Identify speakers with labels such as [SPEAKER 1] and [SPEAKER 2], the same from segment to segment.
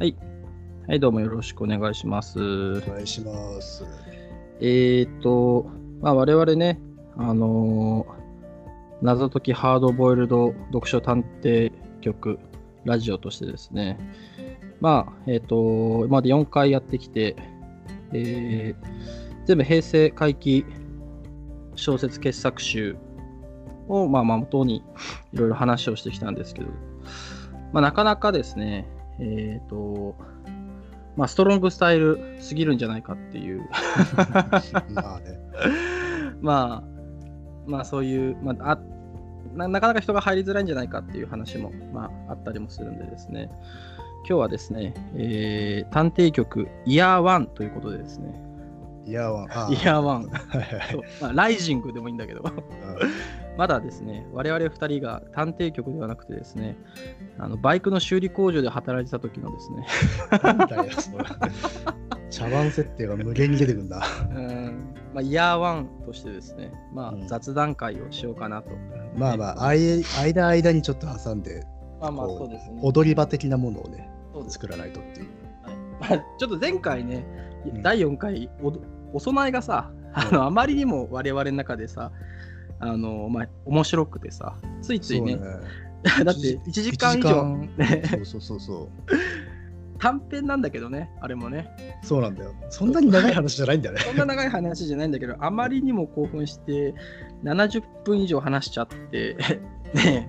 [SPEAKER 1] はい、どうもよろしくお願いします。
[SPEAKER 2] お願いし ます。
[SPEAKER 1] えっ、と、まあ、我々ね、あのー謎解きハードボイルド読書探偵局ラジオとしてですね、まあ、えっ、と、今まで4回やってきて、えー全部平成回帰小説傑作集を、まあ、まあ元にいろいろ話をしてきたんですけど、まあ、なかなかですね、えっ、と、まあ、ストロングスタイルすぎるんじゃないかっていう
[SPEAKER 2] まあね。
[SPEAKER 1] まあ、まあそういう、まあ、あななかなか人が入りづらいんじゃないかっていう話も、まあ、あったりもするんでですね今日はですね、えー探偵局イヤーワンということでですね
[SPEAKER 2] イヤーワン。あ
[SPEAKER 1] イヤーワン
[SPEAKER 2] はいはい
[SPEAKER 1] そうまあ、ライジングでもいいんだけど まだですね我々2人が探偵局ではなくてですねあのバイクの修理工場で働いてた時のですね
[SPEAKER 2] うんなんだよ、それ。茶番設定が無限に出てくるんだ。
[SPEAKER 1] うん、 まあ、イヤーワンとしてですね、ま
[SPEAKER 2] う
[SPEAKER 1] あ、
[SPEAKER 2] ん
[SPEAKER 1] 雑談会をしようかなと、
[SPEAKER 2] まあまあ、あい間間にちょっと挟んで、
[SPEAKER 1] まあまあ
[SPEAKER 2] こう
[SPEAKER 1] そうですね
[SPEAKER 2] 踊り場的なものをね、
[SPEAKER 1] そうです
[SPEAKER 2] 作らないとっていう。
[SPEAKER 1] まあ ちょっと前回ね、
[SPEAKER 2] うん
[SPEAKER 1] 第4回おど、お供えがさ、あのあまりにも我々の中でさ、あのまあ、面白くてさ、ついついね、 だって1時間以上、
[SPEAKER 2] 以上。そうそうそうそう。
[SPEAKER 1] 短編なんだけどね、あれもね、
[SPEAKER 2] そうなんだよ。そんなに長い話じゃないんだね。
[SPEAKER 1] そんな長い話じゃないんだけど、あまりにも興奮して、70分以上話しちゃって、 ねえ、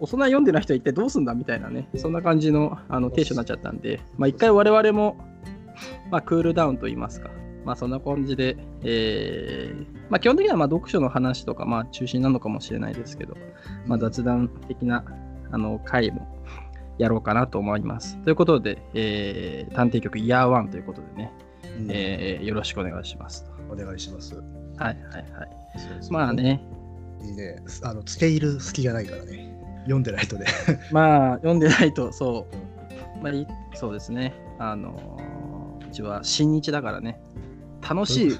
[SPEAKER 1] お供え読んでない人は一体どうすんだみたいなね、そんな感じのあの停止になっちゃったんで、まあ、一回我々も、まあ、クールダウンと言いますか、まあ、そんな感じで、えーまあ、基本的にはまあ読書の話とか、まあ、中心なのかもしれないですけど、まあ、雑談的なあの回もやろうかなと思います。ということで、えー探偵局イヤー1ということでね、
[SPEAKER 2] うん
[SPEAKER 1] えーよろしくお願いします。
[SPEAKER 2] お願いします。
[SPEAKER 1] はいはいはい。
[SPEAKER 2] そうそう
[SPEAKER 1] まあ。ね、
[SPEAKER 2] いいね。あの、つけ入る隙がないからね。読んでないとね。
[SPEAKER 1] まあ読んでないと、そう、まあい、そうですね、あのーうちは新日だからね、楽しい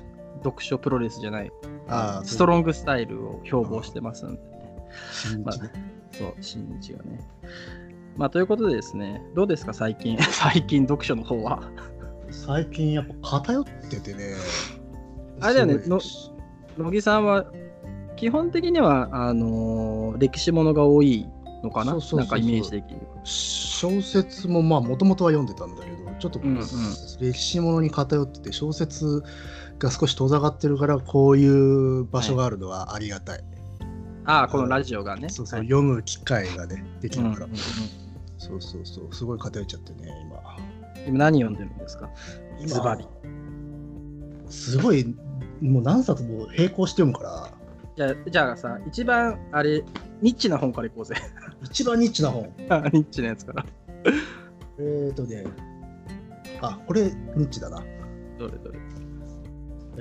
[SPEAKER 1] 読書プロレスじゃない、
[SPEAKER 2] ああ、
[SPEAKER 1] ストロングスタイルを標榜してますんでね、
[SPEAKER 2] 新
[SPEAKER 1] ま
[SPEAKER 2] 日ね
[SPEAKER 1] あ、そう、新日がね。まあということでですね、どうですか、最近、 最近読書の方は。
[SPEAKER 2] 最近やっぱ偏っててね。
[SPEAKER 1] あれだよね
[SPEAKER 2] すご
[SPEAKER 1] の
[SPEAKER 2] い
[SPEAKER 1] 乃木さんは基本的にはあのー歴史ものが多いのかな
[SPEAKER 2] そうそう
[SPEAKER 1] な
[SPEAKER 2] そうそう
[SPEAKER 1] んかイメージ的に
[SPEAKER 2] 小説もまあもともとは読んでたんだけどちょっと
[SPEAKER 1] うんうん
[SPEAKER 2] 歴史ものに偏ってて小説が少し遠ざかってるからこういう場所があるのはありがたい、
[SPEAKER 1] ああこのラジオがね
[SPEAKER 2] そうそう、
[SPEAKER 1] はい
[SPEAKER 2] 読む機会がねでき
[SPEAKER 1] うんう
[SPEAKER 2] る
[SPEAKER 1] ん
[SPEAKER 2] から、
[SPEAKER 1] うん
[SPEAKER 2] そうそうそうすごい偏っちゃってね
[SPEAKER 1] 今何読んでるんですか
[SPEAKER 2] 今今
[SPEAKER 1] ズバリ
[SPEAKER 2] すごいもう何冊も並行して読むから
[SPEAKER 1] じゃあじゃあさ一番あれニッチな本からいこうぜ
[SPEAKER 2] 一番ニッチな本
[SPEAKER 1] ニッチなやつから
[SPEAKER 2] えー、とねあこれニッチだな
[SPEAKER 1] どれどれ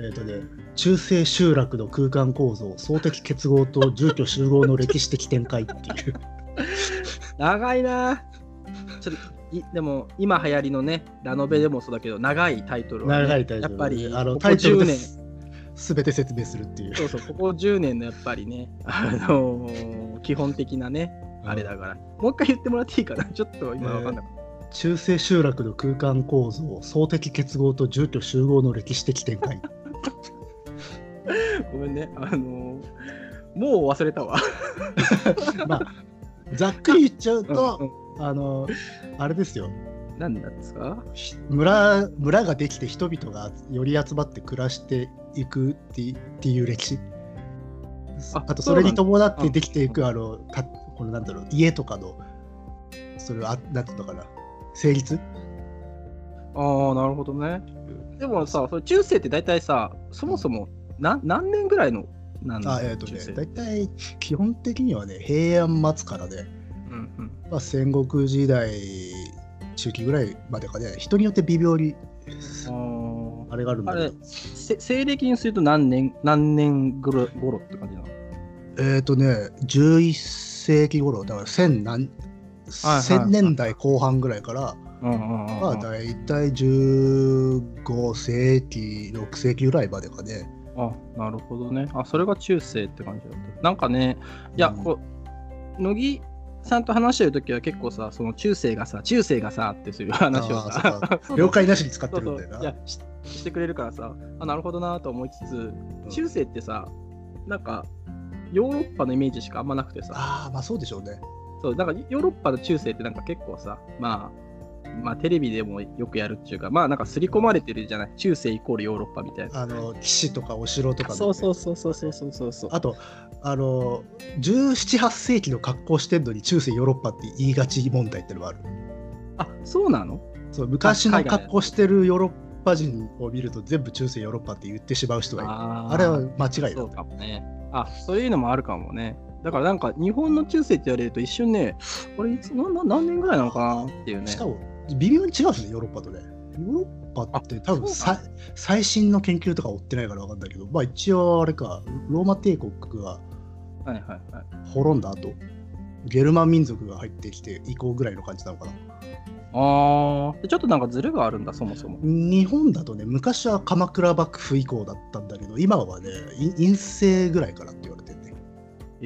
[SPEAKER 2] えーとね、中世集落の空間構造、総的結合と住居集合の歴史的展開っていう。
[SPEAKER 1] 長いなちょっといでも今流行りのねラノベでもそうだけど 長いタイトルは、ね、
[SPEAKER 2] 長いタイトルで、
[SPEAKER 1] やっぱり
[SPEAKER 2] あの
[SPEAKER 1] ここ
[SPEAKER 2] タイトル
[SPEAKER 1] 10
[SPEAKER 2] で
[SPEAKER 1] 年
[SPEAKER 2] す全て説明するっていう。
[SPEAKER 1] そうそうここ10年のやっぱりねあのー基本的なねあれだから、もう一回言ってもらっていいかな、ちょっと今わかんなかっ
[SPEAKER 2] 中世集落の空間構造、総的結合と住居集合の歴史的展開。
[SPEAKER 1] た。ごめんね、あのーもう忘れたわ。
[SPEAKER 2] まあ、ざっくり言っちゃう
[SPEAKER 1] う
[SPEAKER 2] と、
[SPEAKER 1] ん
[SPEAKER 2] あの、あれですよ。
[SPEAKER 1] うん何なんですか
[SPEAKER 2] ひ村村ができて人々がより集まって暮らしていくっていっていう歴史
[SPEAKER 1] あ
[SPEAKER 2] あとそれに伴
[SPEAKER 1] そう
[SPEAKER 2] っ
[SPEAKER 1] な
[SPEAKER 2] て
[SPEAKER 1] んだ
[SPEAKER 2] できていくあのたこのなんだろう家とかのそれはあなんていうのかな成立
[SPEAKER 1] ああ、なるほどね。でもさ、それ中世って大体さ、そもそもな何年ぐらいのなんだ
[SPEAKER 2] あえっ、とね
[SPEAKER 1] 中世
[SPEAKER 2] 大体基本的にはね平安末からね、
[SPEAKER 1] うんうん
[SPEAKER 2] まあ、戦国時代中期ぐらいまでかね人によって微妙に
[SPEAKER 1] あ
[SPEAKER 2] あれがあるん
[SPEAKER 1] ーあ
[SPEAKER 2] だけ
[SPEAKER 1] れ
[SPEAKER 2] ど、
[SPEAKER 1] せ西暦にすると何年何年ぐろ頃って感じなの
[SPEAKER 2] えっ、とね11世紀頃だから1000何
[SPEAKER 1] はい
[SPEAKER 2] 1000年代後半ぐらいから、
[SPEAKER 1] うんうんうんうん
[SPEAKER 2] まあ、大体15世紀6世紀ぐらいまでかね
[SPEAKER 1] あなるほどねあそれが中世って感じだったなんかねいや、
[SPEAKER 2] うん
[SPEAKER 1] こう乃木さんと話してるときは結構さ、その中世がさ、中世がさってそういう話を
[SPEAKER 2] あーそっ
[SPEAKER 1] さ、
[SPEAKER 2] か了解なしに使っ
[SPEAKER 1] そ
[SPEAKER 2] て
[SPEAKER 1] う
[SPEAKER 2] る
[SPEAKER 1] そ
[SPEAKER 2] ん
[SPEAKER 1] う
[SPEAKER 2] だよな。
[SPEAKER 1] いやししてくれるからさ、あなるほどなと思いつつ、中世ってさ、なんかヨーロッパのイメージしかあんまなくてさ、
[SPEAKER 2] ああ、まあそうでしょうね。
[SPEAKER 1] そうなんかヨーロッパの中世ってなんか結構さ、まあ、まあテレビでもよくやるっていうか、まあなんか刷り込まれてるじゃない、中世イコールヨーロッパみたいな。
[SPEAKER 2] あの、騎士とかお城とか、ね、
[SPEAKER 1] そうそうそうそうそうそうそうそう。
[SPEAKER 2] あと、あの、17、8世紀の格好してんのに中世ヨーロッパって言いがち問題ってのはある。
[SPEAKER 1] あそうなの
[SPEAKER 2] そう昔の
[SPEAKER 1] 海外のやつ
[SPEAKER 2] 格好してるヨーロッパ人を見ると全部中世ヨーロッパって言ってしまう人がいる。
[SPEAKER 1] あー
[SPEAKER 2] あれは間違いだ
[SPEAKER 1] そう
[SPEAKER 2] っ
[SPEAKER 1] かもね。あそういうのもあるかもね。だからなんか日本の中世って言われると一瞬ね、これいつなな何年ぐらいなのかなっていうね。
[SPEAKER 2] しかも微妙に違うんですねヨーロッパとねヨーロッパって多分
[SPEAKER 1] そう
[SPEAKER 2] さ最新の研究とか追ってないから分かんないけどまあ一応あれかローマ帝国が
[SPEAKER 1] はいはいはい。
[SPEAKER 2] 滅んだ後ゲルマン民族が入ってきて以降ぐらいの感じなのかな
[SPEAKER 1] ああ、でちょっとなんかズレがあるんだ、そもそも。
[SPEAKER 2] 日本だとね昔は鎌倉幕府以降だったんだけど今はねい陰性ぐらいからって言われてるね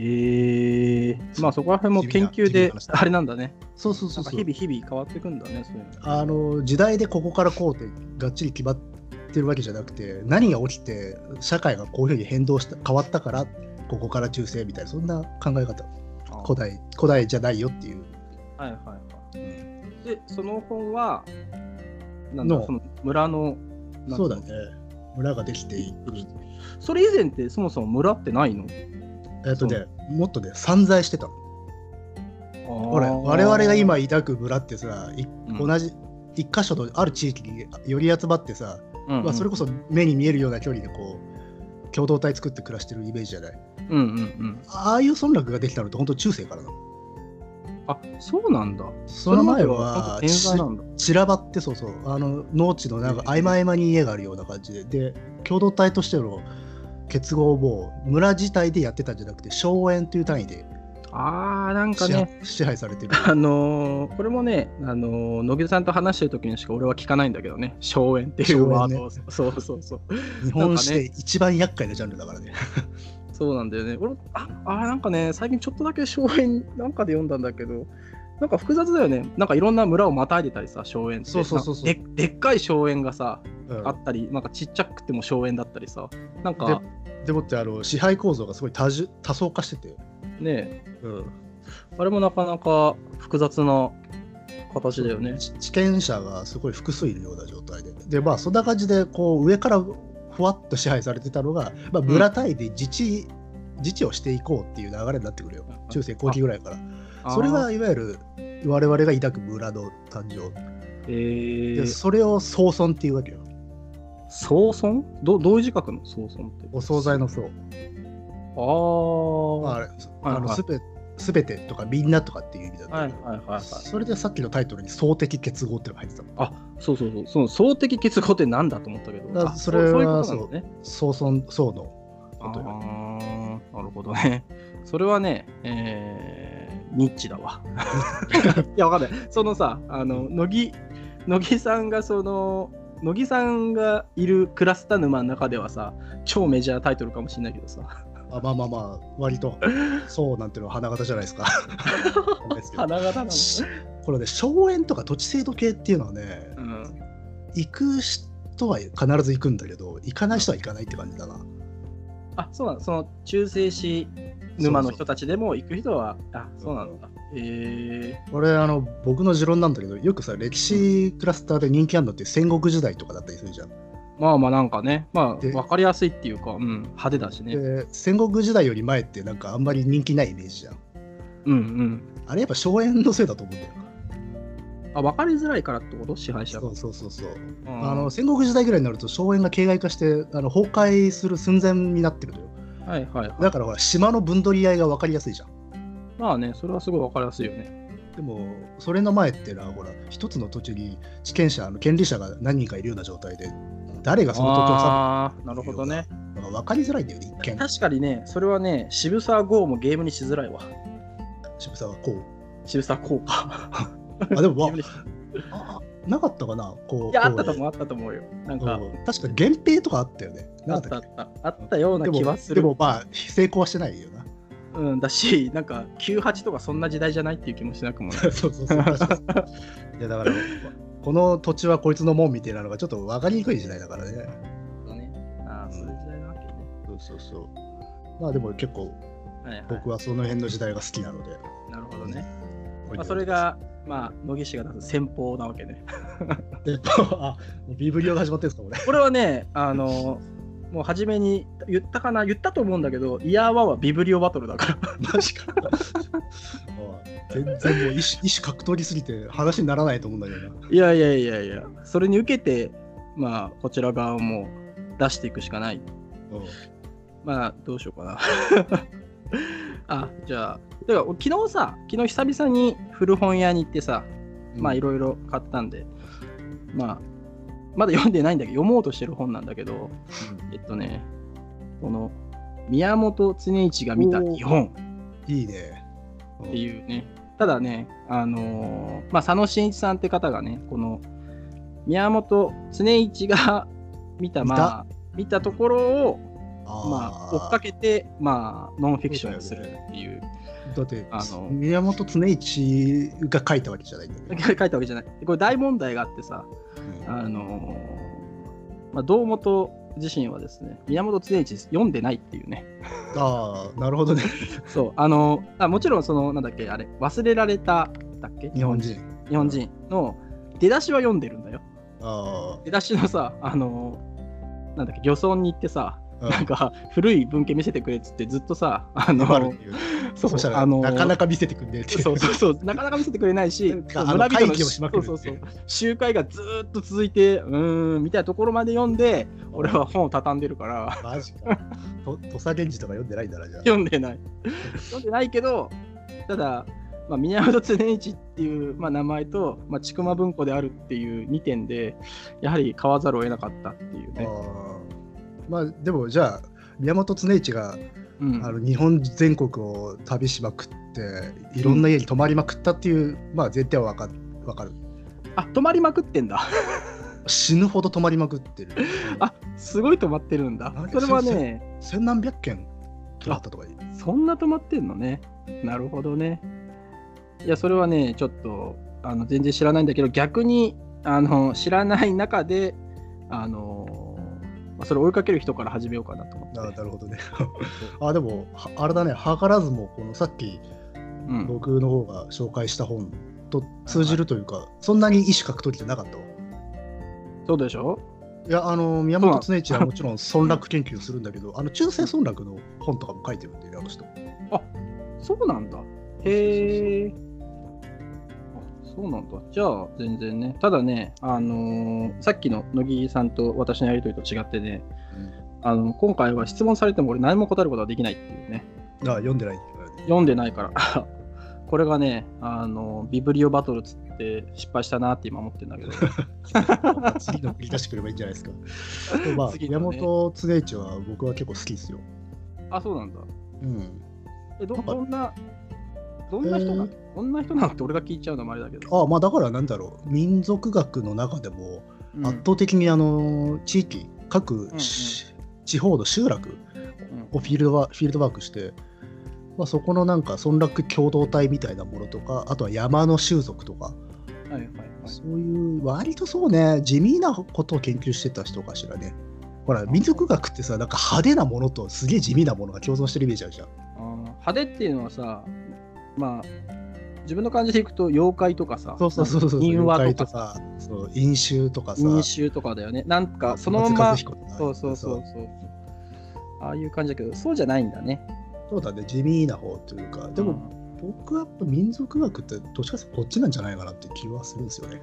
[SPEAKER 1] ええまあそこら辺も研究
[SPEAKER 2] 地味な地味な
[SPEAKER 1] で
[SPEAKER 2] 話だ
[SPEAKER 1] あれなんだね。
[SPEAKER 2] そうそう
[SPEAKER 1] な
[SPEAKER 2] そ
[SPEAKER 1] ん
[SPEAKER 2] う
[SPEAKER 1] か
[SPEAKER 2] そう
[SPEAKER 1] 日々日々変わっていくんだね、そういうの。
[SPEAKER 2] あの時代でここからこうってがっちり決まってるわけじゃなくて何が起きて社会がこういうふうに変動した変わったからここから中世みたいなそんな考え方
[SPEAKER 1] あー
[SPEAKER 2] 古代古代じゃないよっていう
[SPEAKER 1] はいはいはい。で、その本は、なんだ
[SPEAKER 2] の
[SPEAKER 1] その村の。なんか
[SPEAKER 2] そうだね村ができていく
[SPEAKER 1] それ以前ってそもそも村ってないの
[SPEAKER 2] えっ、とねもっとね散在してたの
[SPEAKER 1] ほ
[SPEAKER 2] ほら我々が今抱く村ってさい同じ一箇所のある地域に寄り集まってさ、まあ、それこそ目に見えるような距離でこう共同体作って暮らしてるイメージじゃない
[SPEAKER 1] そ。うんうんうん。
[SPEAKER 2] ああいう村落ができたのって本当中世からなの
[SPEAKER 1] あそうなんだ。
[SPEAKER 2] その
[SPEAKER 1] な
[SPEAKER 2] 前
[SPEAKER 1] んか
[SPEAKER 2] は
[SPEAKER 1] 天才なんだ。
[SPEAKER 2] ち散らばってそうそうあの農地のなんか合間合間に家があるような感じでで共同体としての結合をもう村自体でやってたんじゃなくて荘園という単位で
[SPEAKER 1] あー、なんか
[SPEAKER 2] 支,、
[SPEAKER 1] ね、
[SPEAKER 2] 支配されて る
[SPEAKER 1] あのーこれもね、あのー、乃木さんと話してる時にしか俺は聞かないんだけどね、荘園っていうワードを、そうそうそう。
[SPEAKER 2] 日本史で一番厄介なジャンルだからね
[SPEAKER 1] そうなんだよね。俺、ああー、なんかね、最近ちょっとだけ荘園なんかで読んだんだけど、なんか複雑だよね。なんかいろんな村をまたいでたりさ、荘園って。
[SPEAKER 2] そうそうそうそう
[SPEAKER 1] なんかででっかい荘園がさ、
[SPEAKER 2] うん
[SPEAKER 1] あったり、なんかちっちゃくても荘園だったりさ、なん
[SPEAKER 2] で
[SPEAKER 1] か
[SPEAKER 2] でもってあの支配構造がすごい多重多層化してて、
[SPEAKER 1] ね、
[SPEAKER 2] うん、
[SPEAKER 1] あれもなかなか複雑な形だよね。
[SPEAKER 2] ち地権者がすごい複数いるような状態ででまあそんな感じでこう上からふわっと支配されてたのが、まあ、村単位で自治、自治をしていこうっていう流れになってくるよ中世後期ぐらいからそれ
[SPEAKER 1] あー、
[SPEAKER 2] がいわゆる我々が抱く村の誕生
[SPEAKER 1] え
[SPEAKER 2] で
[SPEAKER 1] ー、
[SPEAKER 2] それを総村っていうわけよ
[SPEAKER 1] 総村どどういう字書くの総村って。
[SPEAKER 2] お惣菜の層
[SPEAKER 1] あ
[SPEAKER 2] まああれあの
[SPEAKER 1] はい
[SPEAKER 2] すべすべてとかみんなとかっていう意味だっ
[SPEAKER 1] あ。は
[SPEAKER 2] た
[SPEAKER 1] い
[SPEAKER 2] けど、
[SPEAKER 1] はいはいはい。
[SPEAKER 2] それでさっきのタイトルに「総的結合」っていうのが入ってたの
[SPEAKER 1] あそうそうそう。その総的結合ってなんだと思ったけど。
[SPEAKER 2] だ
[SPEAKER 1] あ
[SPEAKER 2] それは
[SPEAKER 1] ういうことなんだね。
[SPEAKER 2] 総村層の
[SPEAKER 1] あ
[SPEAKER 2] ことよ
[SPEAKER 1] ーなるほどね。 それはね、えー、ニッチだ わ。いや、わかんない。そのさ、あの、乃木、乃木さんがその、乃木さんがいるクラスタ沼の中ではさ、超メジャータイトルかもしれないけどさ、
[SPEAKER 2] あまあまあまあ割 とそうなんていうのは花形じゃないです か。わかんないですけど
[SPEAKER 1] 花形なの。
[SPEAKER 2] しこのね荘園とか土地制度系っていうのはね
[SPEAKER 1] うん
[SPEAKER 2] 行く人は必ず行くんだけど行かない人は行かないって感じだな。
[SPEAKER 1] あそうなのその中性子沼の人たちでも行く人はあそうなんだへえ
[SPEAKER 2] 俺あの僕の持論なんだけどよくさ歴史クラスターで人気あるのって戦国時代とかだったりするじゃん。
[SPEAKER 1] まあまあなんかねまあ
[SPEAKER 2] で
[SPEAKER 1] 分かりやすいっていうか、うん、派手だしね
[SPEAKER 2] で戦国時代より前ってなんかあんまり人気ないイメージじゃん。
[SPEAKER 1] うん
[SPEAKER 2] あれやっぱ荘園のせいだと思うんだよ。
[SPEAKER 1] うんあ分かりづらいからってこと支配者
[SPEAKER 2] そ
[SPEAKER 1] が
[SPEAKER 2] うそうそうそう。
[SPEAKER 1] うん
[SPEAKER 2] あの戦国時代ぐらいになると荘園が形骸化してあの崩壊する寸前になってるのよ。
[SPEAKER 1] はいはいはい
[SPEAKER 2] だからほら島の分取り合いが分かりやすいじゃん。
[SPEAKER 1] まあねそれはすごい分かりやすいよね
[SPEAKER 2] でもそれの前ってのはほら一つの土地に地権者あの権利者が何人かいるような状態で誰がその土地を治
[SPEAKER 1] ああなるほどね
[SPEAKER 2] めるのか分かりづらいんだよね一 見
[SPEAKER 1] 確かにねそれはね渋沢豪もゲームにしづらいわ
[SPEAKER 2] 渋沢はこう。
[SPEAKER 1] 渋沢豪か
[SPEAKER 2] あで も
[SPEAKER 1] ゲー
[SPEAKER 2] わ
[SPEAKER 1] ムにし
[SPEAKER 2] ああなかったかなこう。
[SPEAKER 1] いやあ
[SPEAKER 2] こ
[SPEAKER 1] ったと
[SPEAKER 2] う
[SPEAKER 1] 思うあったと思うよなんか
[SPEAKER 2] うん確か源平とかあったよね。
[SPEAKER 1] あ
[SPEAKER 2] な
[SPEAKER 1] っ
[SPEAKER 2] ん
[SPEAKER 1] たあ
[SPEAKER 2] だ
[SPEAKER 1] っ
[SPEAKER 2] っけ
[SPEAKER 1] たあったような
[SPEAKER 2] で
[SPEAKER 1] 気
[SPEAKER 2] も
[SPEAKER 1] はする
[SPEAKER 2] でもまあ成功はしてないよな。
[SPEAKER 1] うん、だし、 なんか98とかそんな時代じゃないっていう気もしなくもない。
[SPEAKER 2] そうそうそう。確かにいやだから、この土地はこいつのもんみたいなのがちょっと分かりにくい時代だからね。
[SPEAKER 1] だね。ああ、そういう時代なわけね。
[SPEAKER 2] そうそうそう。まあでも結
[SPEAKER 1] は
[SPEAKER 2] 構
[SPEAKER 1] いはい、
[SPEAKER 2] 僕はその辺の時代が好きなので。
[SPEAKER 1] なるほどね。まあ、それが、まあ、野岸が出す戦法なわけね。
[SPEAKER 2] で。あ、もうビブリオが始まってるんですか、これ。
[SPEAKER 1] これはね、あの、もう初めに言ったかな、言ったと思うんだけど、イヤーワンはビブリオバトルだから。
[SPEAKER 2] マジか。 おい全然もう意思意思格闘技すぎて話にならないと思うんだけどな。
[SPEAKER 1] いやいやいやいや、それに受けて、まあ、こちら側も出していくしかない。
[SPEAKER 2] うん
[SPEAKER 1] まあ、どうしようか な。あ、じゃあ、だから昨日さ、昨日久々に古本屋に行ってさ、まあいろいろ買ったんで、まあ、まだ読んでないんだけど、読もうとしてる本なんだけど、えっとね、この、宮本常一が見た日本っ
[SPEAKER 2] いいね。うん
[SPEAKER 1] ていうね、ただね、あのーまあ、佐野真一さんって方がね、この、宮本常一が見た、
[SPEAKER 2] 見た
[SPEAKER 1] まあ、見たところを、まあ、追っか
[SPEAKER 2] け
[SPEAKER 1] けて、まあ、ノンフィクションにするっていう、
[SPEAKER 2] だって
[SPEAKER 1] あの
[SPEAKER 2] 宮本常一が書いたわけじゃないんだよね。
[SPEAKER 1] 書いたわけじゃない。これ大問題があってさ、 あのーまあ、堂本自身はですね、宮本常一読んでないっていうね、
[SPEAKER 2] ああなるほどね。
[SPEAKER 1] そう、あのーあもちろんその、なんだっけ、あれ、忘れられただっけ
[SPEAKER 2] 日本。人。
[SPEAKER 1] 日本人の出だしは読んでるんだよ。
[SPEAKER 2] あ
[SPEAKER 1] 出だしのさ、あのーなんだっけ、漁村に行ってさ、
[SPEAKER 2] あ。
[SPEAKER 1] なんか古い文献見せてくれっつってずっとさ、あの
[SPEAKER 2] あ
[SPEAKER 1] ー
[SPEAKER 2] るっていう
[SPEAKER 1] そ
[SPEAKER 2] そうしたら、
[SPEAKER 1] あのー
[SPEAKER 2] なかなか見せてくんねえっていう。
[SPEAKER 1] そう そうそう、なかなか見せてくれないし、
[SPEAKER 2] あの
[SPEAKER 1] 村人の
[SPEAKER 2] 会議をしまくるって
[SPEAKER 1] そうそうそう集会がずーっと続いて、うーん、みたいなところまで読んで、俺は本を畳んでるから、
[SPEAKER 2] マジか。と土佐源氏とか読んでないんだな、じゃあ。
[SPEAKER 1] 読んで ない。読んでないけど、ただ、まあ、宮本常一っていう、まあ、名前と、まあ、千曲文庫であるっていう2点で、やはり買わざるを得なかったっていうね。
[SPEAKER 2] あーまあでもじゃあ宮本常一が、
[SPEAKER 1] うん
[SPEAKER 2] あの日本全国を旅しまくっていろんな家に泊まりまくったっていう、まあ前提はわかわかる
[SPEAKER 1] あ、泊まりまくってんだ。
[SPEAKER 2] 死ぬほど泊まりまくってる
[SPEAKER 1] あ、すごい泊まってるんだ
[SPEAKER 2] なん。か
[SPEAKER 1] それは
[SPEAKER 2] そう
[SPEAKER 1] ね、
[SPEAKER 2] 千何百件泊まったとかいい
[SPEAKER 1] そんな止まってんのね。なるほどね。いや、それはね、ちょっとあの全然知らないんだけど、逆にあの知らない中で、あのまあそれを追いかける人から始めようかなと思って。
[SPEAKER 2] あーなるほ どねあでもはあれだね図らずもこのさっき
[SPEAKER 1] うん、
[SPEAKER 2] 僕の方が紹介した本と通じるというか、そんなに意思格闘技じゃなかったわ
[SPEAKER 1] そうでしょ
[SPEAKER 2] いやあの宮本常一はもちろん村落研究をするんだけどあの中世村落の本とかも書いてるんで、ね、あの人
[SPEAKER 1] そうなんだ。へえ。あそうなんだ。じゃあ、全然ね。ただね、あのーさっきの乃木さんと私のやりとりと違ってね、あの今回は質問されても俺何も答えることはできないっていうね。
[SPEAKER 2] あ読 んでない。
[SPEAKER 1] 読んでないから。 これがね、あの、ビブリオバトルつって失敗したなって今思ってんだけど。
[SPEAKER 2] 次の繰り出してくればいいんじゃないですか。 でもまあ、
[SPEAKER 1] 次の
[SPEAKER 2] 山
[SPEAKER 1] ね
[SPEAKER 2] 本常一は僕は結構好きですよ。
[SPEAKER 1] あ、そうなんだ。
[SPEAKER 2] うん。
[SPEAKER 1] え、ど
[SPEAKER 2] なんか
[SPEAKER 1] どんな、どんな人な
[SPEAKER 2] え
[SPEAKER 1] のどんな人なのって俺が聞いちゃうのもあれだけど。
[SPEAKER 2] ああ、まあだからなんだろう、民族学の中でも
[SPEAKER 1] うん
[SPEAKER 2] 圧倒的にあの地域、各し地方の集落
[SPEAKER 1] うん
[SPEAKER 2] をフィールドワフィールドワークして、まあ、そこのなんか村落共同体みたいなものとか、あとは山の習俗とか、
[SPEAKER 1] はいはいはい。
[SPEAKER 2] そういう、割とそうね、地味なことを研究してた人かしらね。ほら、民族学ってさ、なんか派手なものとすげえ地味なものが共存してるイメージあるじゃん。
[SPEAKER 1] あー派手っていうのはさ、まあ、自分の感じでいくと妖怪とかさ、
[SPEAKER 2] そうそうそうそう。
[SPEAKER 1] 民話
[SPEAKER 2] 妖怪
[SPEAKER 1] とか
[SPEAKER 2] さ、そう飲酒とかさ、
[SPEAKER 1] 民衆とかだよね。なんか、そのま
[SPEAKER 2] 松
[SPEAKER 1] ま、そ
[SPEAKER 2] 和彦とか
[SPEAKER 1] うそうそう。そう。ああいう感じだけど、そうじゃないんだね。
[SPEAKER 2] そうだね、地味な方というか、でも、僕はやっぱ民族学って、どっちかっていうとこっちなんじゃないかなって気はするんですよね。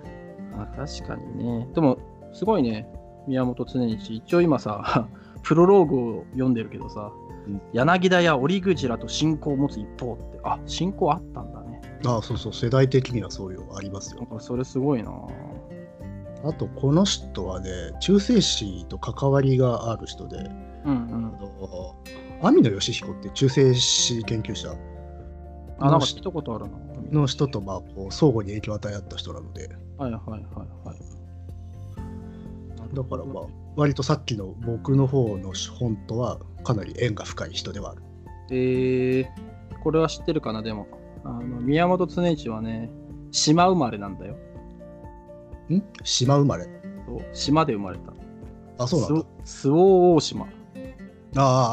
[SPEAKER 1] あ確かにね。でも、すごいね、宮本常一。一応今さ、 プロローグを読んでるけどさ、
[SPEAKER 2] うん
[SPEAKER 1] 柳田や折口らと信仰を持つ一方って、あ信仰あったんだね。
[SPEAKER 2] ああ、そうそう、世代的にはそういうのあります
[SPEAKER 1] なん
[SPEAKER 2] よ。
[SPEAKER 1] かそれすごいな。
[SPEAKER 2] あと、この人はね、中世史と関わりがある人で、
[SPEAKER 1] うんう
[SPEAKER 2] あ
[SPEAKER 1] ん。
[SPEAKER 2] の網野義彦って中世史研究者
[SPEAKER 1] あ、なんか聞いたことあるな。
[SPEAKER 2] の人と、まあ、こう相互に影響を与え合った人なので、
[SPEAKER 1] はいはいはいはい。
[SPEAKER 2] だからまあ、割とさっきの僕の方の本とはかなり縁が深い人ではある。
[SPEAKER 1] えー、これは知ってるかな、でも。あの宮本常一はね、島生まれなんだよ。
[SPEAKER 2] ん島生まれ。
[SPEAKER 1] そう島で生まれた。
[SPEAKER 2] あ、そうなんだ。
[SPEAKER 1] ススオー大島。
[SPEAKER 2] あー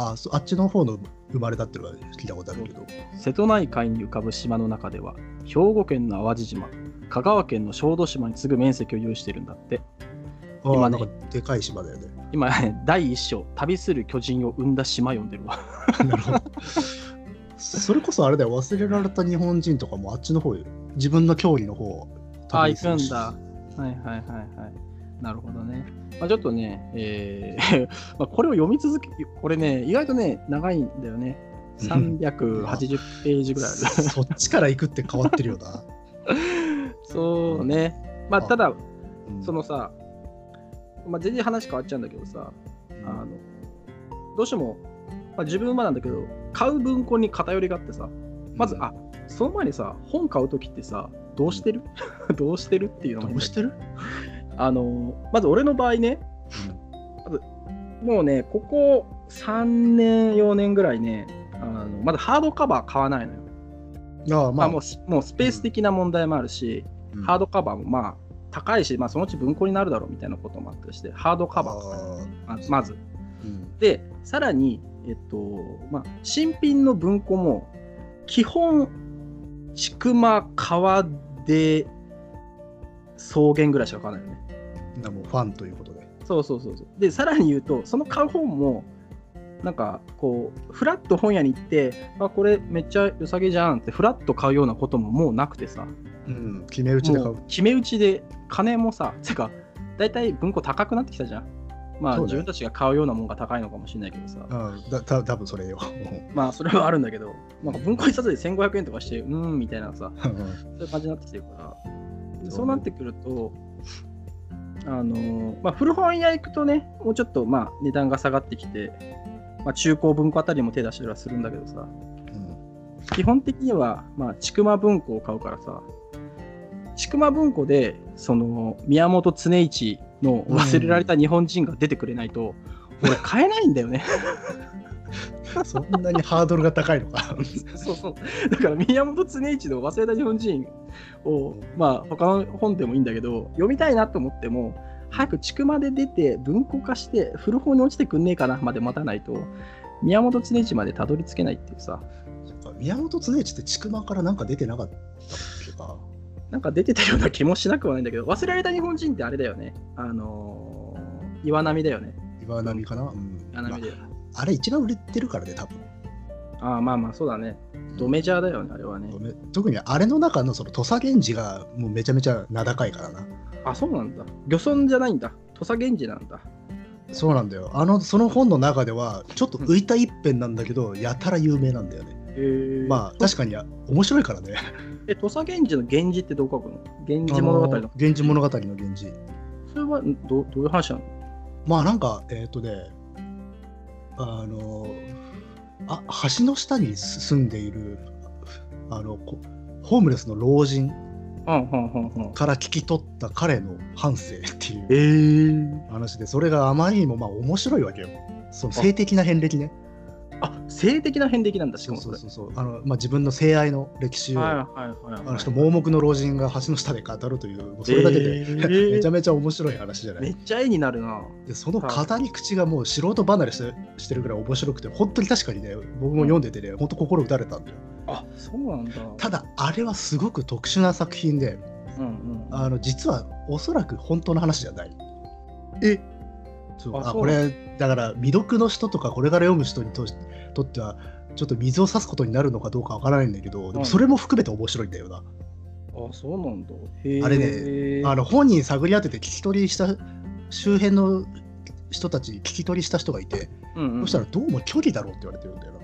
[SPEAKER 2] あー、そあっちの方の生まれたっていうのは聞いたことあるけど。
[SPEAKER 1] 瀬戸内海に浮かぶ島の中では、兵庫県の淡路島、香川県の小豆島に次ぐ面積を有してるんだって。
[SPEAKER 2] あー
[SPEAKER 1] 今ね
[SPEAKER 2] なんかでかい島だよね。
[SPEAKER 1] 今、 第一章、旅する巨人を生んだ島読んでるわ。
[SPEAKER 2] なるほど。それこそあれだよ、忘れられた日本人とかもあっちの方よ。自分の競技の方を
[SPEAKER 1] あー
[SPEAKER 2] 旅するし。
[SPEAKER 1] 行 はいはいはいはい。なるほどね。まあ、ちょっとね、えー まあこれを読み続け、これね、意外とね、長いんだよね。380ページぐらいある。
[SPEAKER 2] そっちから行くって変わってるよな。
[SPEAKER 1] そうね。まあ、
[SPEAKER 2] あ
[SPEAKER 1] ただ、
[SPEAKER 2] うん
[SPEAKER 1] そのさ、まあ、全然話変わっちゃうんだけどさ、あのどうしても、まあ、自分はなんだけど、買う文庫に偏りがあってさ、まず、あその前にさ、本買うときってさ、どうしてる、 どうしてるっていうの
[SPEAKER 2] ど
[SPEAKER 1] も
[SPEAKER 2] うしてる
[SPEAKER 1] あの、まず俺の場合ね、もうね、ここ3年、4年ぐらいね、あのまだハードカバー買わないのよ。
[SPEAKER 2] あ
[SPEAKER 1] ま
[SPEAKER 2] あ、ま
[SPEAKER 1] あ、
[SPEAKER 2] あ、
[SPEAKER 1] もうスもうスペース的な問題もあるし、
[SPEAKER 2] うん
[SPEAKER 1] ハードカバーもまあ高いし、まあ、そのうち文庫になるだろうみたいなこともあったりして、ハードカバー、
[SPEAKER 2] ああ
[SPEAKER 1] ままず。
[SPEAKER 2] うん
[SPEAKER 1] で、さらに、えっとまあ、新品の文庫も、基本、ちくま、川で草原ぐらいしか買わないよね。
[SPEAKER 2] でもファンということで。
[SPEAKER 1] そうそうそうそう。で、さらに言うと、その買う本も、なんかこう、フラッと本屋に行って、あ、これめっちゃ良さげじゃんって、フラッと買うようなことももうなくてさ、
[SPEAKER 2] うん、決め打ちで買
[SPEAKER 1] も
[SPEAKER 2] う
[SPEAKER 1] う。決め打ちで、金もさ、てか、大体文庫高くなってきたじゃん。まあ、
[SPEAKER 2] そうね
[SPEAKER 1] 自分たちが買うようなもんが高いのかもしれないけどさ、
[SPEAKER 2] うん、だた多分それよ。
[SPEAKER 1] まあ、それはあるんだけど、なんか文庫一冊で1500円とかして、うーん、みたいなさ、
[SPEAKER 2] うん
[SPEAKER 1] そういう感じになってきてるから、で
[SPEAKER 2] そう
[SPEAKER 1] そうなってくると、あのーまあ、古本屋行くとね、もうちょっとまあ値段が下がってきて、まあ、中古文庫あたりも手出したりはするんだけどさ、
[SPEAKER 2] うん
[SPEAKER 1] 基本的には、まあ、ちくま文庫を買うからさ、ちくま文庫で、その、宮本常一の忘れられた日本人が出てくれない と、俺、買えないんだよね。
[SPEAKER 2] そんなにハードルが高いのか。
[SPEAKER 1] そうそう。だから宮本常一の忘れた日本人を、まあ他の本でもいいんだけど、読みたいなと思っても、早く地区まで出て文庫化して古本に落ちてくんねえかなまで待たないと、宮本常一までたどり着けないっていうさ、
[SPEAKER 2] 宮本常一ってちくまからなんか出てなかったっけか。
[SPEAKER 1] なんか出てたような気もしなくはないんだけど、忘れられた日本人ってあれだよね。あのー岩波だよね。
[SPEAKER 2] 岩波かな、うん
[SPEAKER 1] 岩波
[SPEAKER 2] ま
[SPEAKER 1] だよ。
[SPEAKER 2] あ、あれ一番売れてるからね、多分。
[SPEAKER 1] ああ、まあまあ、そうだね。ドメジャーだよね、あれはね。
[SPEAKER 2] ごめん特にあれの中のその土佐源氏がもうめちゃめちゃ名高いからな。
[SPEAKER 1] あ、そうなんだ。漁村じゃないんだ。土佐源氏なんだ。
[SPEAKER 2] そうなんだよ。あのその本の中ではちょっと浮いた一辺なんだけど、やたら有名なんだよね。
[SPEAKER 1] へー
[SPEAKER 2] まあ確かに面白いからね。
[SPEAKER 1] え、土佐源氏の源氏ってどこ書くの源氏
[SPEAKER 2] あ
[SPEAKER 1] 物語
[SPEAKER 2] の
[SPEAKER 1] の。
[SPEAKER 2] 源氏物語の源氏。
[SPEAKER 1] それはんどどういう話なの
[SPEAKER 2] まあなんかえっ、とねあのあ橋の下に住んでいるあのこホームレスの老人
[SPEAKER 1] うんうんうんうん。
[SPEAKER 2] から聞き取った彼の半生っていう。
[SPEAKER 1] えー、
[SPEAKER 2] 話でそれがあまりにもまあ面白いわけよその性的な遍歴ね
[SPEAKER 1] あ性的な遍歴なんだ、しか
[SPEAKER 2] そう
[SPEAKER 1] もそ
[SPEAKER 2] そう
[SPEAKER 1] れ。
[SPEAKER 2] そうそうあの、まあ、自分の性愛の歴史を、
[SPEAKER 1] はい
[SPEAKER 2] あ
[SPEAKER 1] はいはい、はい。
[SPEAKER 2] の人盲目の老人が橋の下で語るというもうそれだけで、
[SPEAKER 1] で
[SPEAKER 2] めちゃ
[SPEAKER 1] め
[SPEAKER 2] めちゃ面白い話じゃない、
[SPEAKER 1] っちゃ絵になるな。
[SPEAKER 2] でその語り口がもう素人離れしてしてるぐらい面白くて本当に確かにね僕も読んでてね本当心打たれたんだよ
[SPEAKER 1] あそうなんだ。
[SPEAKER 2] ただあれはすごく特殊な作品で
[SPEAKER 1] うんうん、
[SPEAKER 2] あの実はおそらく本当の話じゃない
[SPEAKER 1] え
[SPEAKER 2] そう
[SPEAKER 1] あ
[SPEAKER 2] あ
[SPEAKER 1] そう
[SPEAKER 2] これだから未読の人とかこれから読む人にとしとってはちょっと水を差すことになるのかどうかわからないんだけどで
[SPEAKER 1] うん
[SPEAKER 2] もそれも含めて面白いんだよな、
[SPEAKER 1] あそうなんだ。へー
[SPEAKER 2] あれねあの本人探り当てて聞き取りした周辺の人たち聞き取りした人がいて、
[SPEAKER 1] うんうん、
[SPEAKER 2] そしたらどうも距離だろうって言われてるんだよな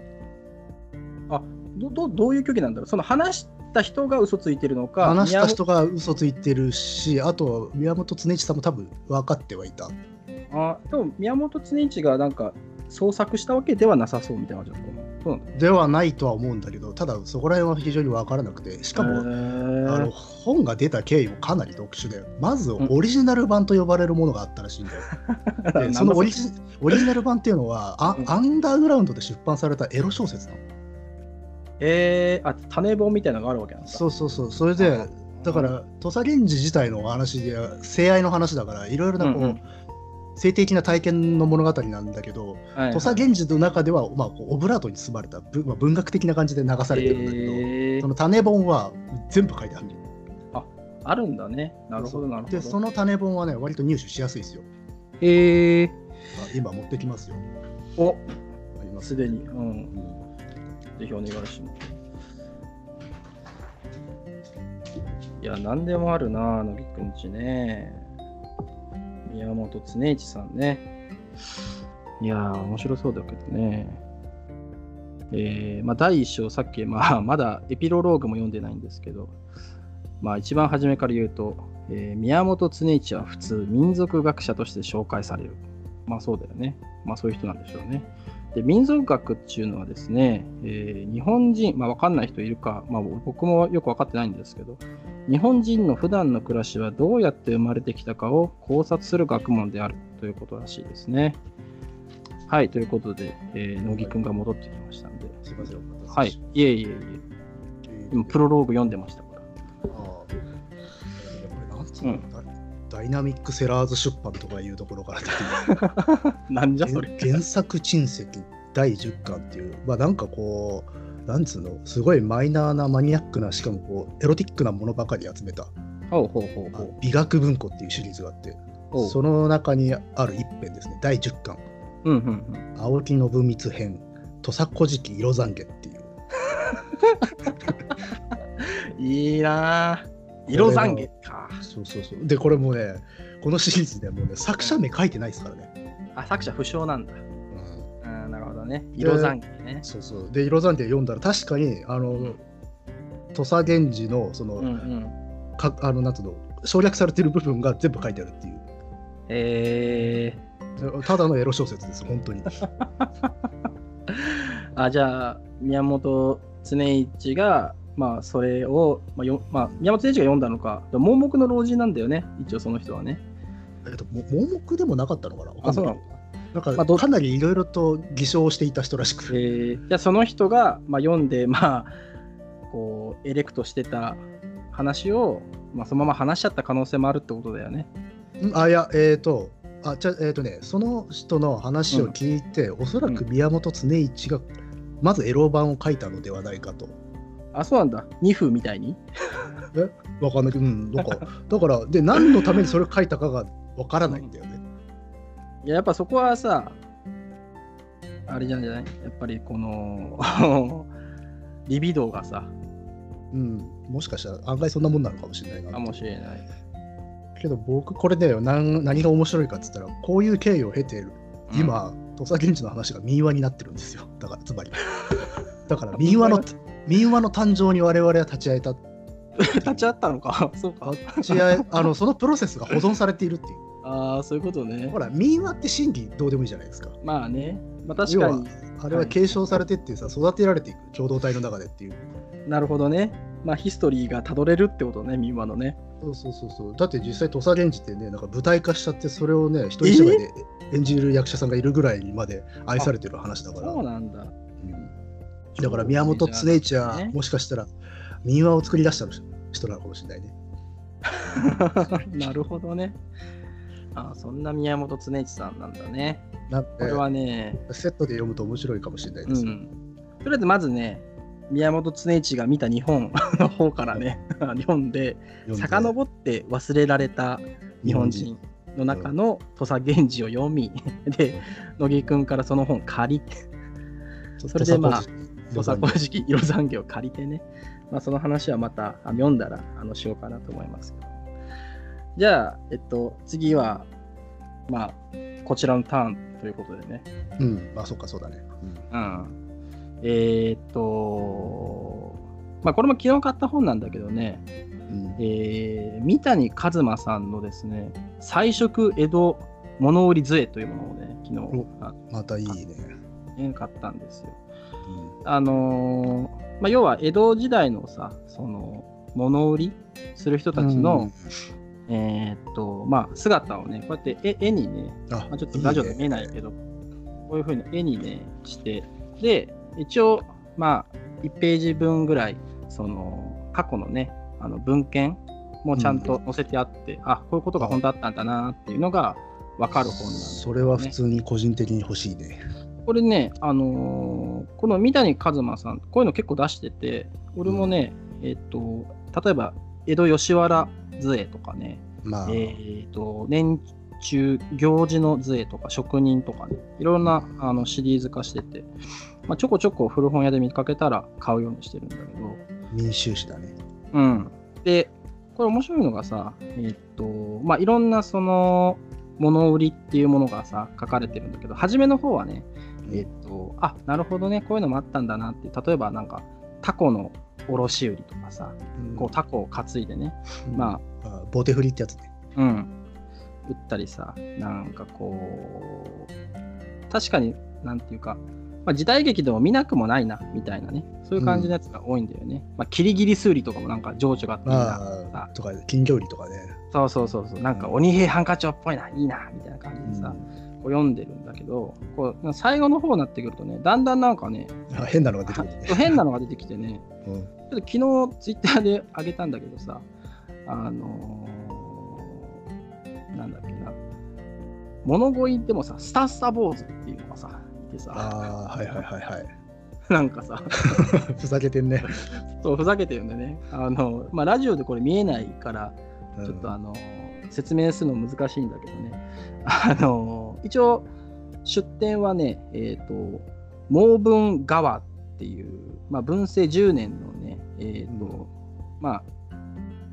[SPEAKER 1] どどどういう虚偽なんだろうその話した人が嘘ついてるのか、
[SPEAKER 2] 話した人が嘘ついてるしあと宮本常一さんも多分分かってはいた
[SPEAKER 1] 宮本あでも宮本常一がなんか創作したわけではなさそうみたいな感じだったかな。そうなんだ。
[SPEAKER 2] ではないとは思うんだけどただそこら辺は非常に分からなくてしかも、あの
[SPEAKER 1] も、
[SPEAKER 2] 本が出た経緯もかなり特殊でまずオリジナル版と呼ばれるものがあったらし いんだよ。
[SPEAKER 1] なん
[SPEAKER 2] で
[SPEAKER 1] だ
[SPEAKER 2] そ のオリジオリジナル版っていうのはあ
[SPEAKER 1] うん
[SPEAKER 2] アンダーグラウンドで出版されたエロ小説なの。
[SPEAKER 1] えー、あ種棒みたいなのがあるわけなんですか
[SPEAKER 2] そうそうそうそれでだから土佐源氏自体のお話で性愛の話だからいろいろなこう、
[SPEAKER 1] うんうん
[SPEAKER 2] 性的な体験の物語なんだけ
[SPEAKER 1] はい
[SPEAKER 2] ど、
[SPEAKER 1] はい
[SPEAKER 2] 土佐源氏の中では、まあ、こうオブラートに包まれたぶまあ文学的な感じで流されてるんだけど、
[SPEAKER 1] えー
[SPEAKER 2] その種本は全部書いてある
[SPEAKER 1] あるんだね。なるほど、なるほど。
[SPEAKER 2] でその種本はね割と入手しやすいですよ
[SPEAKER 1] えー、
[SPEAKER 2] あ今持ってきますよ
[SPEAKER 1] お
[SPEAKER 2] ありますす
[SPEAKER 1] でに、うん、
[SPEAKER 2] うん
[SPEAKER 1] ぜひお願いします。いや、なんでもあるな、乃木くんちね。宮本常一さんね。いやー、面白そうだけどね。えーまあ、第一章、さっき、まあ、まだエピロローグも読んでないんですけど、まあ、一番初めから言うと、えー宮本常一は普通、民族学者として紹介される。まあ、そうだよね。まあ、そういう人なんでしょうね。で民族学っていうのはですね、えー日本人、まあ、分かんない人いるか、まあ、僕もよく分かってないんですけど日本人の普段の暮らしはどうやって生まれてきたかを考察する学問であるということらしいですね。はいということで、えー、乃木くんが戻ってきましたんで、
[SPEAKER 2] すいませんお待た
[SPEAKER 1] は
[SPEAKER 2] せ
[SPEAKER 1] い、
[SPEAKER 2] し
[SPEAKER 1] いえいえいえ、
[SPEAKER 2] えー
[SPEAKER 1] 今プロローグ読んでましたから。
[SPEAKER 2] あーえーこれなんつうのダダイナミックセラーズ出版とかいうところから出て
[SPEAKER 1] なん じゃそ
[SPEAKER 2] 原
[SPEAKER 1] れ。
[SPEAKER 2] 原作珍石第10巻っていう、まあ、なんかこうなんつうのすごいマイナーなマニアックなしかもこうエロティックなものばかり集めた
[SPEAKER 1] ほうほうほう
[SPEAKER 2] あ
[SPEAKER 1] ほ
[SPEAKER 2] の美学文庫っていうシリーズがあって
[SPEAKER 1] うほう。
[SPEAKER 2] その中にある一編ですね第10巻
[SPEAKER 1] うんうんうん。
[SPEAKER 2] 「青木信光編土佐古事記色懺悔」っていう
[SPEAKER 1] いいなぁ。色懺悔か。
[SPEAKER 2] そうそうそうでこれもうねこのシリーズでもうね作者名書いてないですからね、
[SPEAKER 1] あ、作者不詳なんだ。
[SPEAKER 2] うん、
[SPEAKER 1] うん、なるほどね。色懺悔ね。
[SPEAKER 2] そうそうで色懺悔読んだら確かにあの土佐源氏のその、
[SPEAKER 1] うんうん。
[SPEAKER 2] かあのなんつうの省略されてる部分が全部書いてあるっていう
[SPEAKER 1] え
[SPEAKER 2] ただのエロ小説です本 当に
[SPEAKER 1] ー、あじゃあ宮本常一が、まあ、それを、まあよまあ、宮本常一が読んだのかでも盲目の老人なんだよね一応その人はね
[SPEAKER 2] えっとも盲目でもなかったのかな
[SPEAKER 1] あそうなの
[SPEAKER 2] なんか、
[SPEAKER 1] まあど
[SPEAKER 2] かなりいろいろと偽証していた人らしく、
[SPEAKER 1] えーじゃあその人が、まあ、読んでまあこうエレクトしてた話を、まあ、そのまま話しちゃった可能性もあるってことだよね
[SPEAKER 2] うんあいやえっ、とあじゃえっ、とねその人の話を聞いて、おそらく宮本常一がまずエロ版を書いたのではないかと
[SPEAKER 1] あそうなんだ2夫みたいに
[SPEAKER 2] わかんないけど、うん、 なんかだからで何のためにそれを書いたかがわからないんだよね、
[SPEAKER 1] いややっぱそこはさあれじゃないじゃないやっぱりこのリビドーがさ
[SPEAKER 2] うん、もしかしたら案外そんなもんなのかもしれないな
[SPEAKER 1] かもしれない
[SPEAKER 2] けど僕これだよ何何が面白いかっつったらこういう経緯を経てる
[SPEAKER 1] うん
[SPEAKER 2] 今、土佐源氏の話が民話になってるんですよだからつまりだから民 話の民話の誕生に我々は立ち会えた
[SPEAKER 1] 立ち会ったのか。そうか。
[SPEAKER 2] 立ち会えあのそのプロセスが保存されているっていう
[SPEAKER 1] ああ、そういうことね
[SPEAKER 2] ほ。ら民話って真偽どうでもいいじゃないですか
[SPEAKER 1] まあね。まあ確かに。
[SPEAKER 2] あれは継承されてってさ育てられていく共同体の中でっていう
[SPEAKER 1] なるほどね。まあヒストリーがたどれるってことね、民話のね。
[SPEAKER 2] そうそうそうそうだって実際土佐源氏ってねなんか舞台化しちゃってそれをね一人芝居で演じる役者さんがいるぐらいにまで愛されてる話だから
[SPEAKER 1] そうなんだ。
[SPEAKER 2] だから宮本常一は
[SPEAKER 1] ね
[SPEAKER 2] もしかしたら民話を作り出した人なのかもしれないね。
[SPEAKER 1] なるほどね。ああ、そんな宮本常一さんなんだね。
[SPEAKER 2] なん
[SPEAKER 1] これ
[SPEAKER 2] か
[SPEAKER 1] はね、
[SPEAKER 2] セットで読むと面白いかもしれないで
[SPEAKER 1] う
[SPEAKER 2] す。
[SPEAKER 1] ん。とりあえずまずね、宮本常一が見た日本 の方からね、読んで、
[SPEAKER 2] 読んで
[SPEAKER 1] 遡って忘れられた日本人の中の土佐源氏を読み、で、乃木くんからその本借りて、それでまあ、土佐古式色残業を借りてね、まあ、その話はまたあの読んだらあのしようかなと思いますけど。じゃあ、えっと、次は、まあ、こちらのターンということでね。
[SPEAKER 2] うん、まあそうかそうだね。う
[SPEAKER 1] う
[SPEAKER 2] ん
[SPEAKER 1] ん。えーっと、まあ、これも昨日買った本なんだけどね、
[SPEAKER 2] うん
[SPEAKER 1] えー三谷一馬さんのですね、彩色江戸物売り杖というものをね、昨日
[SPEAKER 2] お
[SPEAKER 1] あ
[SPEAKER 2] またいいね。
[SPEAKER 1] ね買ったんですよ。
[SPEAKER 2] うん
[SPEAKER 1] あのーまあ、要は江戸時代のさその物売りする人たちの、えーっとまあ、姿をねこうやって絵絵にね、
[SPEAKER 2] うんあ
[SPEAKER 1] まあ、ちょっとラジオで見えないけどこういうふうに絵にねしてで一応まあ1ページ分ぐらいその過去のねあの文献もちゃんと載せてあって、あこういうことが本当あったんだなっていうのが分かる本なんです、
[SPEAKER 2] それは普通に個人的に欲しいね。
[SPEAKER 1] これね、あのーこの三谷一馬さん、こういうの結構出してて、俺もね、えっ、と、例えば、江戸吉原杖とかね、
[SPEAKER 2] まあ、
[SPEAKER 1] えっ、と、年中行事の杖とか職人とかね、いろんなあのシリーズ化してて、まあ、ちょこちょこ古本屋で見かけたら買うようにしてるんだけど、
[SPEAKER 2] 民衆史だね。
[SPEAKER 1] うん。で、これ面白いのがさ、えーっと、まあ、いろんなその、物売りっていうものがさ、書かれてるんだけど、初めの方はね、えーっと、あ、なるほどね、こういうのもあったんだなって、例えばなんか、タコの卸売りとかさ、こうタコを担いでね、
[SPEAKER 2] うん
[SPEAKER 1] ま
[SPEAKER 2] あ、ボテフリってやつね。
[SPEAKER 1] あ、うん、売ったりさ、なんかこう、確かになんていうか、まあ、時代劇でも見なくもないな、みたいなね、そういう感じのやつが多いんだよね。まあ、キリギリス売りとかもなんか情緒があっていいな。
[SPEAKER 2] まあ、とか、金魚売りとかね。
[SPEAKER 1] そうそうそうそう、なんか鬼平犯科帳っぽいな、いいな、みたいな感じでさ、こう読んでるんだけど、こう最後の方になってくるとね、だんだんなんかね、
[SPEAKER 2] うんあ変なのが出てくるね。
[SPEAKER 1] 変なのが出てきてね、
[SPEAKER 2] う
[SPEAKER 1] ち
[SPEAKER 2] ん
[SPEAKER 1] ょっと昨日ツイッターで上げたんだけどさ、あのーなんだっけな、物乞いでもさ、スタスタ坊主っていうのがさ、いてさ、
[SPEAKER 2] ああ、はいはいはいはい。
[SPEAKER 1] なんかさ、
[SPEAKER 2] ふざけてんね。
[SPEAKER 1] そうふざけてるんでね、あのまあ、ラジオでこれ見えないから、
[SPEAKER 2] うん
[SPEAKER 1] ちょっとあの説明するの難しいんだけどね、 あの一応出典はね、えっ、と、毛文川っていう、まあ、文政10年のね、えっ、と、
[SPEAKER 2] うん
[SPEAKER 1] まあ、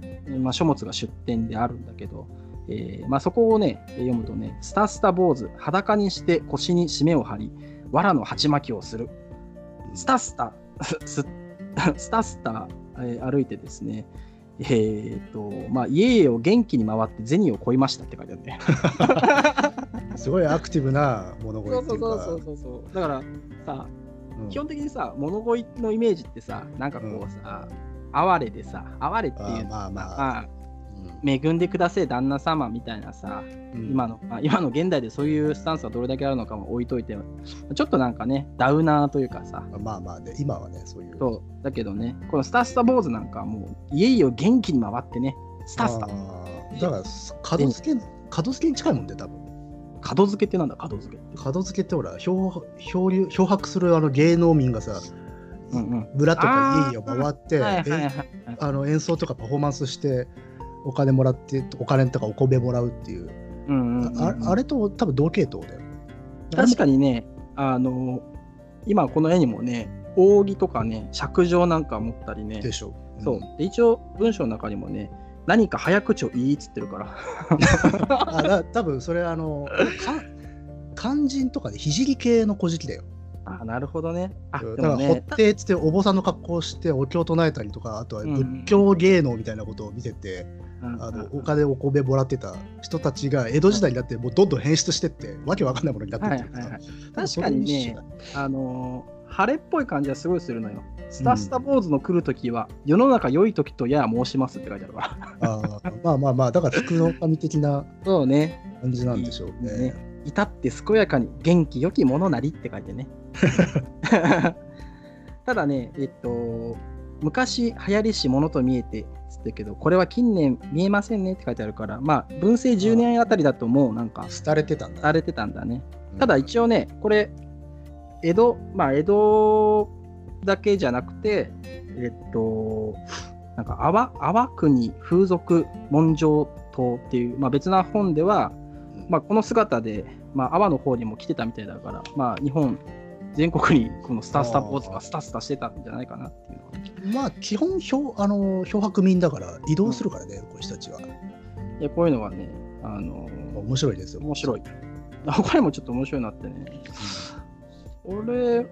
[SPEAKER 1] えーまあ、書物が出典であるんだけど、えーまあ、そこをね、読むとね、スタスタ坊主、裸にして腰に締めを張り、藁の鉢巻きをする、スタスタ、すスタスタ、えー歩いてですね、えーとまあ、家々を元気に回って銭を乞いましたって書いてあるね。
[SPEAKER 2] すごいアクティブな物乞いっていうか。
[SPEAKER 1] そうそう。だからさ、
[SPEAKER 2] うん
[SPEAKER 1] 基本的にさ、物乞いのイメージってさ、なんかこうさ、哀れでさ、哀れっていう
[SPEAKER 2] あー
[SPEAKER 1] の
[SPEAKER 2] まあまあ。
[SPEAKER 1] は、恵んでくだせえ旦那様みたいなさ、
[SPEAKER 2] うん
[SPEAKER 1] 今の、まあ、今の現代でそういうスタンスがどれだけあるのかも置いといて、ちょっとなんかね、ダウナーというかさ、
[SPEAKER 2] まあまあね、今はね、そういう。
[SPEAKER 1] そうだけどね、このスタスタ坊主なんかはもう、家々を元気に回ってね、スタスタ
[SPEAKER 2] あ、ーだから、角付け、角付けに近いもんね、多分。
[SPEAKER 1] 角付けってなんだ、角付けって。
[SPEAKER 2] 角付けってほら、漂漂流漂白するあの芸能民がさ、
[SPEAKER 1] うんうん
[SPEAKER 2] 村とか家々を回って、
[SPEAKER 1] はいはいは
[SPEAKER 2] え
[SPEAKER 1] いはい
[SPEAKER 2] あの演奏とかパフォーマンスして、お金もらって、お金とかお米もらうっていう、
[SPEAKER 1] うんうんうん
[SPEAKER 2] ああれと多分同系統だよ。
[SPEAKER 1] 確かにね、あの、今この絵にもね、扇とかね、尺状なんか持ったりね、
[SPEAKER 2] でしょ。
[SPEAKER 1] そう
[SPEAKER 2] うん。
[SPEAKER 1] で一応、文章の中にもね、何か早口を言いっつってるから。
[SPEAKER 2] あだ多分それ、あの、か肝心とかで、ひじり系の古事記だよ。
[SPEAKER 1] あなるほどね。あ
[SPEAKER 2] だ
[SPEAKER 1] で
[SPEAKER 2] から、
[SPEAKER 1] も
[SPEAKER 2] 法
[SPEAKER 1] ね、
[SPEAKER 2] ってつってお坊さんの格好をしてお経を唱えたりとかあとは
[SPEAKER 1] うん
[SPEAKER 2] 仏教芸能みたいなことを見てて、
[SPEAKER 1] うん
[SPEAKER 2] あの
[SPEAKER 1] うん
[SPEAKER 2] お金お米もらってた人たちが江戸時代になってもうどんどん変質してってわけわかんないものになってってる
[SPEAKER 1] はいはいはい
[SPEAKER 2] 多分それ
[SPEAKER 1] 確かにね
[SPEAKER 2] 一緒だ
[SPEAKER 1] あのー晴れっぽい感じはすごいするのよ。スタスタ坊主の来るときは、世の中良いときとやや申しますって書いてあるから。
[SPEAKER 2] あーまあまあまあだから福の神的な
[SPEAKER 1] そうね。
[SPEAKER 2] 感じなんでしょうね
[SPEAKER 1] ね至って健やかに元気良きものなりって書いてね。ただね、えっと、昔流行りしものと見えてつってけど、これは近年見えませんねって書いてあるから、まあ、文政10年あたりだともうなんか、
[SPEAKER 2] 廃れてたんだ
[SPEAKER 1] されてたんだね。ただ一応ね、これ、江戸、まあ、江戸だけじゃなくて、えっと、なんか、阿波阿波国風俗文章島っていう、まあ、別な本では、まあ、この姿で、まあ、阿波の方にも来てたみたいだから、まあ、日本全国にこのスタスタポーズ
[SPEAKER 2] あ
[SPEAKER 1] が
[SPEAKER 2] ー
[SPEAKER 1] スタスタしてたんじゃないかなっていうのは
[SPEAKER 2] まあ基本漂あの漂白民だから移動するからね、こういう人たちは、
[SPEAKER 1] いやこういうのはね、あのー
[SPEAKER 2] 面白いですよ
[SPEAKER 1] 面白い。 他にもちょっと面白いなってね。俺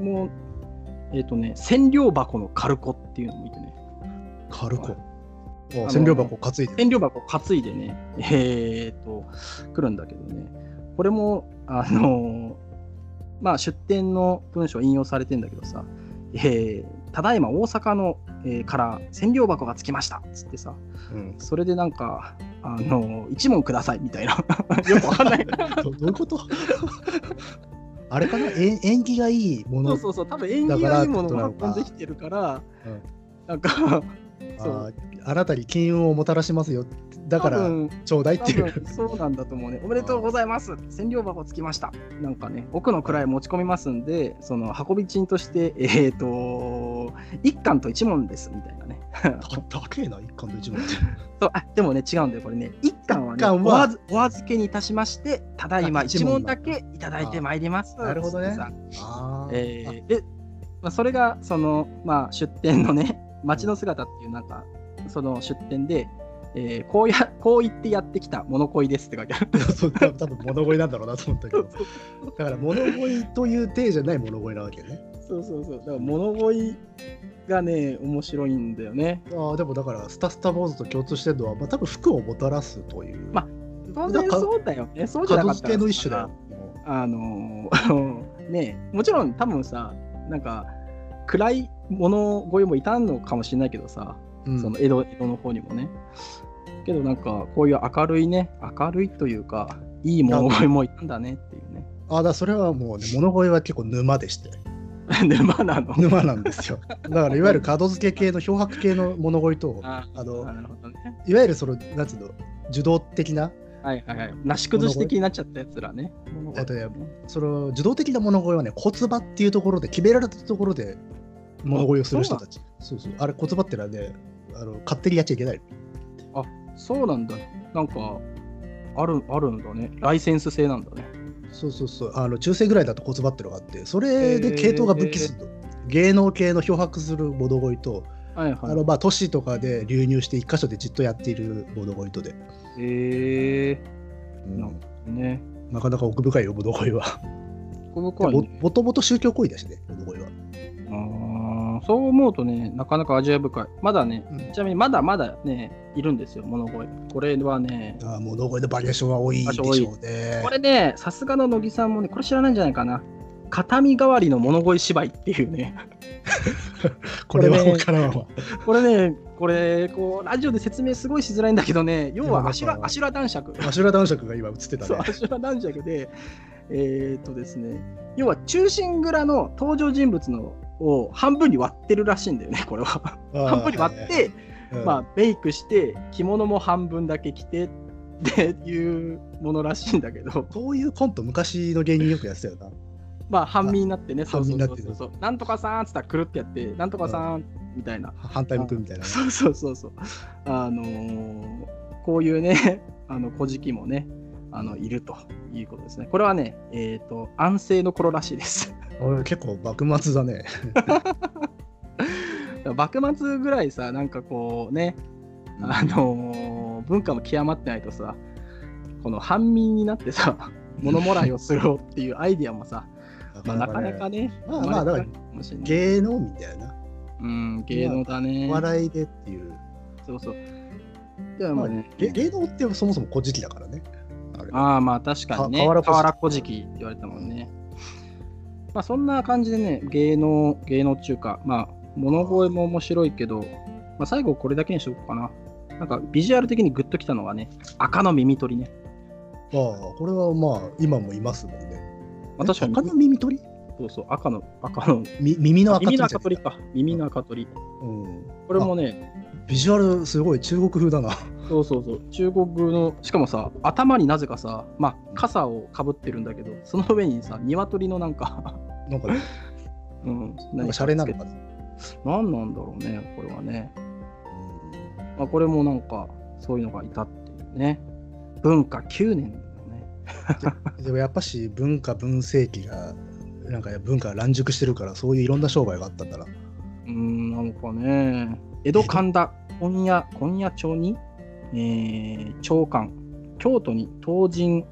[SPEAKER 1] も、えっ、とね、千両箱のカルコっていうのもいてね、
[SPEAKER 2] 軽く
[SPEAKER 1] の
[SPEAKER 2] 千両箱担いで
[SPEAKER 1] 千両箱担いでね、えっと、来るんだけどね、これも、あのーまあ、出典の文章引用されてんだけどさ、えーただいま大阪の、えーから千両箱がつきましたっつってさ、
[SPEAKER 2] うん
[SPEAKER 1] それでなんか、あ のー一問くださいみたいな、よくわかんない。
[SPEAKER 2] どどういうことあれかなえん縁起がいいも
[SPEAKER 1] そ
[SPEAKER 2] の
[SPEAKER 1] うそうそう、多分縁起がいいものを運んできてるから、
[SPEAKER 2] うん
[SPEAKER 1] なんか、そう
[SPEAKER 2] あーあなたに金運をもたらしますよだか
[SPEAKER 1] 多
[SPEAKER 2] ら
[SPEAKER 1] 分
[SPEAKER 2] ちょうだいってい
[SPEAKER 1] 多
[SPEAKER 2] う
[SPEAKER 1] 分そうなんだと思うね。おめでとうございます。千両箱つきました。なんかね、奥の位持ち込みますんで、その運び賃として、えっ、と、一貫と一問ですみたいなね。
[SPEAKER 2] た 高えな一貫と一問
[SPEAKER 1] そうあでもね、違うんだよ、これね。一貫はね
[SPEAKER 2] 一貫は
[SPEAKER 1] お預、お預けにいたしまして、ただいま
[SPEAKER 2] あ一
[SPEAKER 1] 一
[SPEAKER 2] 問
[SPEAKER 1] 問だ
[SPEAKER 2] だ
[SPEAKER 1] けいただいてまいります。
[SPEAKER 2] あなるほどね
[SPEAKER 1] つってさ
[SPEAKER 2] あー
[SPEAKER 1] えーで、まあ、それがその、まあ、出店のね街の姿っていうなんかその出店で、えーこうやこう言ってやってきた物恋ですって書いてある。
[SPEAKER 2] あ そう多分多分物乞いなんだろうなと思ったけどだから物乞いという体じゃない物乞いなわけね
[SPEAKER 1] そうそうそうだから物恋がね面白いんだよね。
[SPEAKER 2] あーでもだからスタスタ坊主と共通してるのは、まあ、多分服をもたらすという
[SPEAKER 1] ま当然そうだよね。そうじゃな
[SPEAKER 2] 角
[SPEAKER 1] かった
[SPEAKER 2] 付けの一種だよ
[SPEAKER 1] あの ーねもちろん多分さなんか暗い物乞いもいたのかもしれないけどさ、
[SPEAKER 2] うん
[SPEAKER 1] その江戸江戸の方にもね。けどなんかこういう明るいね明るいというかいい物乞いもいたんだねっていうね。
[SPEAKER 2] あだからそれはもうね物乞いは結構沼でして
[SPEAKER 1] 沼なの。
[SPEAKER 2] 沼なんですよだからいわゆる角付け系の漂白系の物乞いと
[SPEAKER 1] あ
[SPEAKER 2] あ
[SPEAKER 1] あ
[SPEAKER 2] の
[SPEAKER 1] なるほどね。
[SPEAKER 2] いわゆるそのなんつうの受動的な
[SPEAKER 1] はいはいはい。なし崩し的になっちゃったやつらね。物乞い
[SPEAKER 2] 例えばその受動的な物乞いはね骨場っていうところで決められたところで物乞いをする人たちそうそうあれ骨場ってのはねあの勝手にやっちゃいけない
[SPEAKER 1] そうなんだ。なんかあるあるんだね。ライセンス制なんだね。
[SPEAKER 2] そうそうそうあの中世ぐらいだと骨場ってのがあってそれで系統が分岐するの、芸能系の漂白する物乞いと、
[SPEAKER 1] はい
[SPEAKER 2] あ
[SPEAKER 1] は
[SPEAKER 2] のまあ都市とかで流入して一箇所でじっとやっている物乞いとで、
[SPEAKER 1] い。へえ
[SPEAKER 2] うん
[SPEAKER 1] なるね。
[SPEAKER 2] なかなか奥深いよ物乞いは
[SPEAKER 1] ここ
[SPEAKER 2] も
[SPEAKER 1] 怖いね
[SPEAKER 2] もともと宗教行為だしね物乞いは、
[SPEAKER 1] あーそう思うとね、なかなか味わい深い。まだね、
[SPEAKER 2] うん
[SPEAKER 1] ちなみにまだまだね、いるんですよ、物乞い。これはね、
[SPEAKER 2] あー物乞いのバリエーションは多いでしょうね
[SPEAKER 1] これね、さすがの乃木さんもね、これ知らないんじゃないかな。片身代わりの物乞い芝居っていう ね、
[SPEAKER 2] これは
[SPEAKER 1] これね
[SPEAKER 2] 他からは
[SPEAKER 1] これね、これ、こう、ラジオで説明すごいしづらいんだけどね、要
[SPEAKER 2] でもな
[SPEAKER 1] は
[SPEAKER 2] んか
[SPEAKER 1] アシュラ、アシュラ男爵。
[SPEAKER 2] アシュラ男爵が今映ってた
[SPEAKER 1] そう、
[SPEAKER 2] ね
[SPEAKER 1] ア。シュラ男爵で、えーっとですね、要は中心蔵の登場人物のを半分に割ってるらしいんだよね、これは。半分に割って、
[SPEAKER 2] うん
[SPEAKER 1] まあ、メイクして着物も半分だけ着てっていうものらしいんだけど
[SPEAKER 2] そういうコント昔の芸人よくやってたよな。
[SPEAKER 1] まあ半身になってね
[SPEAKER 2] あ
[SPEAKER 1] そうそうそう
[SPEAKER 2] 半身に
[SPEAKER 1] そ
[SPEAKER 2] な
[SPEAKER 1] う
[SPEAKER 2] っ
[SPEAKER 1] そうなんとかさんっつったらくるってやってなんとかさんみたいな、
[SPEAKER 2] 反対向くみたい な。
[SPEAKER 1] そうそうそうそうあのーこういうね あの古事記もねあのいるということですねこれはねえっ、と安政の頃らしいです
[SPEAKER 2] 俺結構幕末だね。
[SPEAKER 1] 幕末ぐらいさなんかこうね あのー文化も極まってないとさこの半民になってさ物もらいをするっていうアイディアも さ、まあ、なかなか
[SPEAKER 2] ね。
[SPEAKER 1] ね
[SPEAKER 2] まあまあだか
[SPEAKER 1] 生まれてな
[SPEAKER 2] ら
[SPEAKER 1] いかもしれない
[SPEAKER 2] 芸能みたいな。
[SPEAKER 1] うん芸能だね、
[SPEAKER 2] お笑いでっていう。
[SPEAKER 1] そうそうで
[SPEAKER 2] ま
[SPEAKER 1] も
[SPEAKER 2] あ
[SPEAKER 1] ね、
[SPEAKER 2] げ芸能ってそもそも古事記だからね。あれ
[SPEAKER 1] ああまあ確かにね
[SPEAKER 2] か
[SPEAKER 1] 河
[SPEAKER 2] 瓦小敷
[SPEAKER 1] 原小敷って言われたもんね、まあそんな感じでね芸能芸能中華まあ物声も面白いけど、まあ、最後これだけにしとこうかななんかビジュアル的にグッときたのはね赤の耳取りね
[SPEAKER 2] まあこれはまあ今もいますもんね。
[SPEAKER 1] まあ確かに
[SPEAKER 2] 他の耳取り
[SPEAKER 1] そうそう赤の赤の
[SPEAKER 2] み耳の赤
[SPEAKER 1] 耳
[SPEAKER 2] 取りじ
[SPEAKER 1] の
[SPEAKER 2] ゃ
[SPEAKER 1] 赤
[SPEAKER 2] ない
[SPEAKER 1] 鳥か。耳の赤鳥。
[SPEAKER 2] うん。
[SPEAKER 1] これもね、
[SPEAKER 2] ビジュアルすごい中国風だな。
[SPEAKER 1] そうそうそう、中国の、しかもさ、頭になぜかさ、まあ、傘をかぶってるんだけど、その上にさ、鶏のなんか、
[SPEAKER 2] なんか、ね、
[SPEAKER 1] うん、
[SPEAKER 2] なん
[SPEAKER 1] 何
[SPEAKER 2] か
[SPEAKER 1] か
[SPEAKER 2] シャレなのかな。
[SPEAKER 1] 何なんだろうね、これはね。まあ、これもなんか、そういうのがいたっていうね。文化9年だよね。
[SPEAKER 2] でもやっぱし文化文世紀がなんか文化が乱熟してるからそういういろんな商売があったんだな。
[SPEAKER 1] うーん、なんかね、江戸神田、今夜、今夜町に、えー、長官、京都に東神、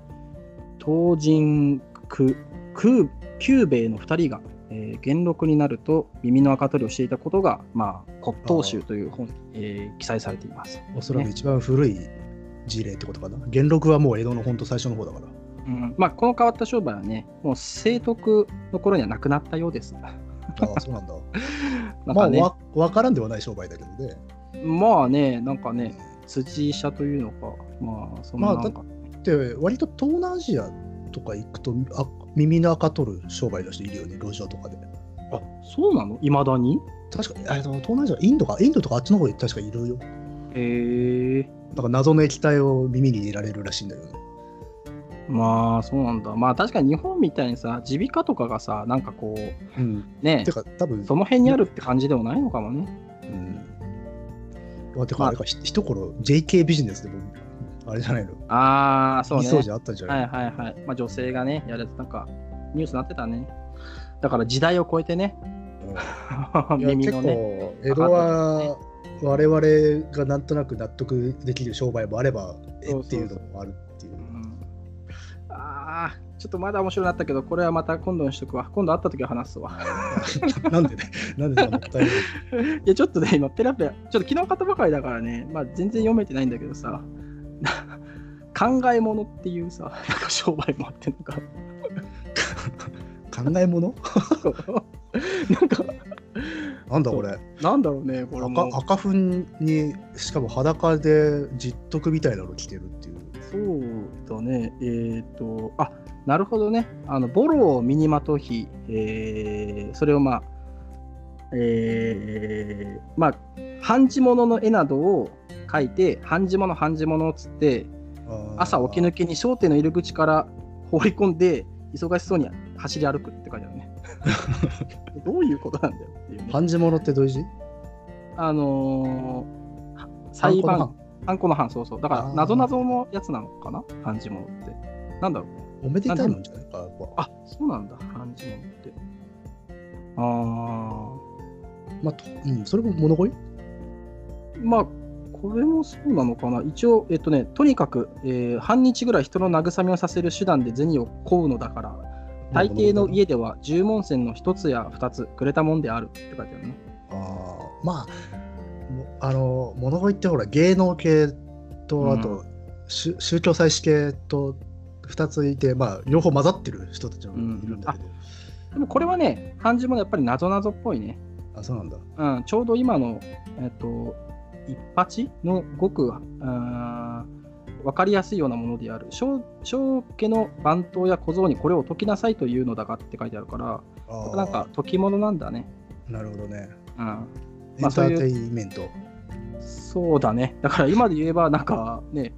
[SPEAKER 1] 東神区、空久兵衛の2人が、えー元禄になると耳の赤取りをしていたことが、まあ、骨董集という本に、えー記載されています。
[SPEAKER 2] おそらく一番古い事例ってことかな。元禄はもう江戸の本当最初の 方だから。
[SPEAKER 1] うんまあ、この変わった商売はね、もう清徳の頃にはなくなったよう です。
[SPEAKER 2] ああ、そうなんだ。
[SPEAKER 1] なん
[SPEAKER 2] まあ
[SPEAKER 1] かね、
[SPEAKER 2] わ、わからんではない商売だけどね。
[SPEAKER 1] まあね、なんかね、土医者というのか、まあ、そんな
[SPEAKER 2] まあ
[SPEAKER 1] な
[SPEAKER 2] だ
[SPEAKER 1] んか、
[SPEAKER 2] で、割と東南アジアとか行くとあ耳の赤取る商売の人いるよね路上とかで
[SPEAKER 1] あそうなのいまだに
[SPEAKER 2] 確かえっと東南アジアインドかインドとかあっちの方で確かいるよ
[SPEAKER 1] へえ
[SPEAKER 2] なんか謎の液体を耳に入れられるらしいんだけどね
[SPEAKER 1] まあそうなんだまあ確かに日本みたいにさ耳鼻科とかがさなんかこう
[SPEAKER 2] うん
[SPEAKER 1] ね
[SPEAKER 2] てか多分
[SPEAKER 1] その辺にあるって感じでもないのかもね
[SPEAKER 2] うんまあてかあれかひ一頃 JK ビジネスでもあれじゃないの
[SPEAKER 1] ああそう
[SPEAKER 2] 理
[SPEAKER 1] ね
[SPEAKER 2] 想じゃあったんじゃない
[SPEAKER 1] はいはいはい、まあ、女性がねやるなんかニュースになってたねだから時代を超えてね
[SPEAKER 2] うんいや
[SPEAKER 1] 耳のね
[SPEAKER 2] 結構江戸は我々がなんとなく納得できる商売もあればえ
[SPEAKER 1] そう
[SPEAKER 2] って
[SPEAKER 1] そう
[SPEAKER 2] い
[SPEAKER 1] そう
[SPEAKER 2] うのもあるっていう
[SPEAKER 1] うんあーちょっとまだ面白くなったけどこれはまた今度にしとくわ今度会った時は話すわ
[SPEAKER 2] なんでねなんでそんなもったいない
[SPEAKER 1] いやちょっとね今ペラペラちょっと昨日買ったばかりだからね、まあ、全然読めてないんだけどさ 考え物っていうさなんか商売もあってなんか
[SPEAKER 2] 考え物
[SPEAKER 1] なんか
[SPEAKER 2] なんだこれ
[SPEAKER 1] なんだろうねこれも
[SPEAKER 2] 赤赤粉にしかも裸でじっとくみたいなの着てるっていう
[SPEAKER 1] そうだね、えーっ、と、あなるほどね、あのボロを身にまとひ、えーそれをまあ、えーまあ、半地物の絵などを描いて、半地物、半地物っつって、朝起き抜
[SPEAKER 2] き
[SPEAKER 1] けに商店の入り口から放り込んで、忙しそうに走り歩くって書いてあるね。どういうことなんだよっていうね。
[SPEAKER 2] 半地物ってどういう字
[SPEAKER 1] あのーは裁判
[SPEAKER 2] 半
[SPEAKER 1] ハンコの版、そうそう。だか
[SPEAKER 2] あ
[SPEAKER 1] ら、
[SPEAKER 2] ー
[SPEAKER 1] なぞなぞのやつなのかな漢字物って。なんだろう。
[SPEAKER 2] おめでたいもんじゃないかやっぱ
[SPEAKER 1] あ、そうなんだ。漢字物って。あ
[SPEAKER 2] まあとうん、それも物乞い
[SPEAKER 1] ー。まあ、これもそうなのかな。一応、えっとね、とにかく、えー半日ぐらい人の慰めをさせる手段で銭を乞うのだから、大抵の家では十文銭の一つや二つくれたもんであるって書いてあるね。
[SPEAKER 2] あーまあもあの物乞いってほら芸能系と
[SPEAKER 1] うん
[SPEAKER 2] あと、宗宗教祭祀系と2ついてまあ両方混ざってる人たちもいるんだけど、
[SPEAKER 1] でもこれはね、漢字物やっぱりなぞなぞっぽいね。
[SPEAKER 2] あそうなんだ
[SPEAKER 1] うん、ちょうど今の、えっと、一発のごく、あーわかりやすいようなものである。小小家の番頭や小僧にこれを解きなさいというのだがって書いてあるから、
[SPEAKER 2] あー
[SPEAKER 1] なんか解き物なんだね。
[SPEAKER 2] なるほどね
[SPEAKER 1] うん、
[SPEAKER 2] エ
[SPEAKER 1] まあ
[SPEAKER 2] ンタ
[SPEAKER 1] そういう
[SPEAKER 2] ーテインメント、
[SPEAKER 1] そうだね。だから今で言えば、なんかね、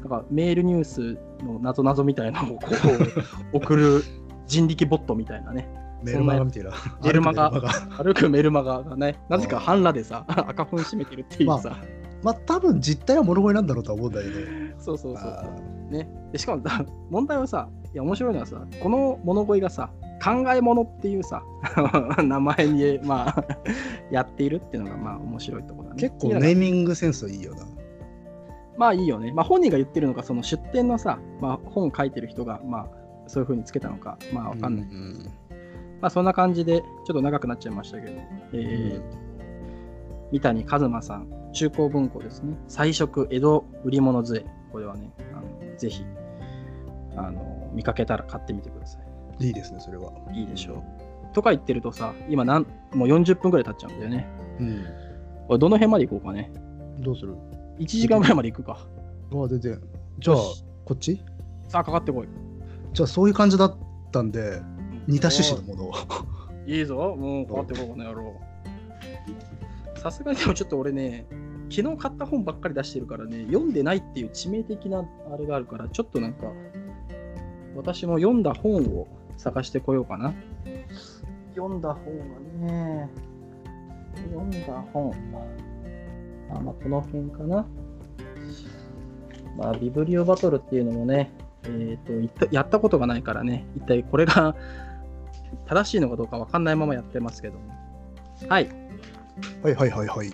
[SPEAKER 1] なんかメールニュースのなぞなぞみたいなのをこ う送る人力ボットみたいなね。
[SPEAKER 2] メルマガみたいな
[SPEAKER 1] メルマガ
[SPEAKER 2] 歩くメルマ
[SPEAKER 1] 歩くメルマガ
[SPEAKER 2] ガ
[SPEAKER 1] がね、なぜか半裸で さ、赤粉締めてるっていうさ。
[SPEAKER 2] まあ多分実態は物乞いなんだろうとは思うんだけど
[SPEAKER 1] そうそうそう
[SPEAKER 2] あー
[SPEAKER 1] ね、でしかもだ問題はさ いや面白いのはさこの物乞いがさ考え物っていうさ 名前に、まあ、 やっているっていうのがまあ面白いところだね。
[SPEAKER 2] 結
[SPEAKER 1] って
[SPEAKER 2] 構
[SPEAKER 1] いうのが
[SPEAKER 2] ネーミングセンスいいよな
[SPEAKER 1] まあいいよね。まあ、本人が言ってるのかその出典のさ、まあ、本書いてる人が、まあ、そういうふうにつけたのかまあわかんない。
[SPEAKER 2] うんうん
[SPEAKER 1] まあそんな感じでちょっと長くなっちゃいましたけど、えー
[SPEAKER 2] うん
[SPEAKER 1] 三谷一馬さん中高文庫ですね彩色江戸売物杖これはねあのぜひあの見かけたら買ってみてくださ
[SPEAKER 2] いいですねそれはい
[SPEAKER 1] いいでしょうとか言ってるとさ今なんもう40分ぐらい経っちゃうんだよね
[SPEAKER 2] うん
[SPEAKER 1] これどの辺まで行こうかね
[SPEAKER 2] どうする
[SPEAKER 1] 1時間ぐらいまで行くか
[SPEAKER 2] あ全然じゃあ
[SPEAKER 1] よし
[SPEAKER 2] こっち
[SPEAKER 1] さあかかってこい
[SPEAKER 2] じゃあそういう感じだったんで似た趣旨のものを
[SPEAKER 1] いいぞ、もう変わってこうこの野郎。さすがにでもちょっと俺ね、昨日買った本ばっかり出してるからね、読んでないっていう致命的なあれがあるから、ちょっとなんか、私も読んだ本を探してこようかな。読んだ本がね、読んだ本。あまあ、この辺かな。まあ、ビブリオバトルっていうのもね、えっといったやったことがないからね、一体これが正しいのかどうかわかんないままやってますけども。はい、
[SPEAKER 2] はいはいはいはい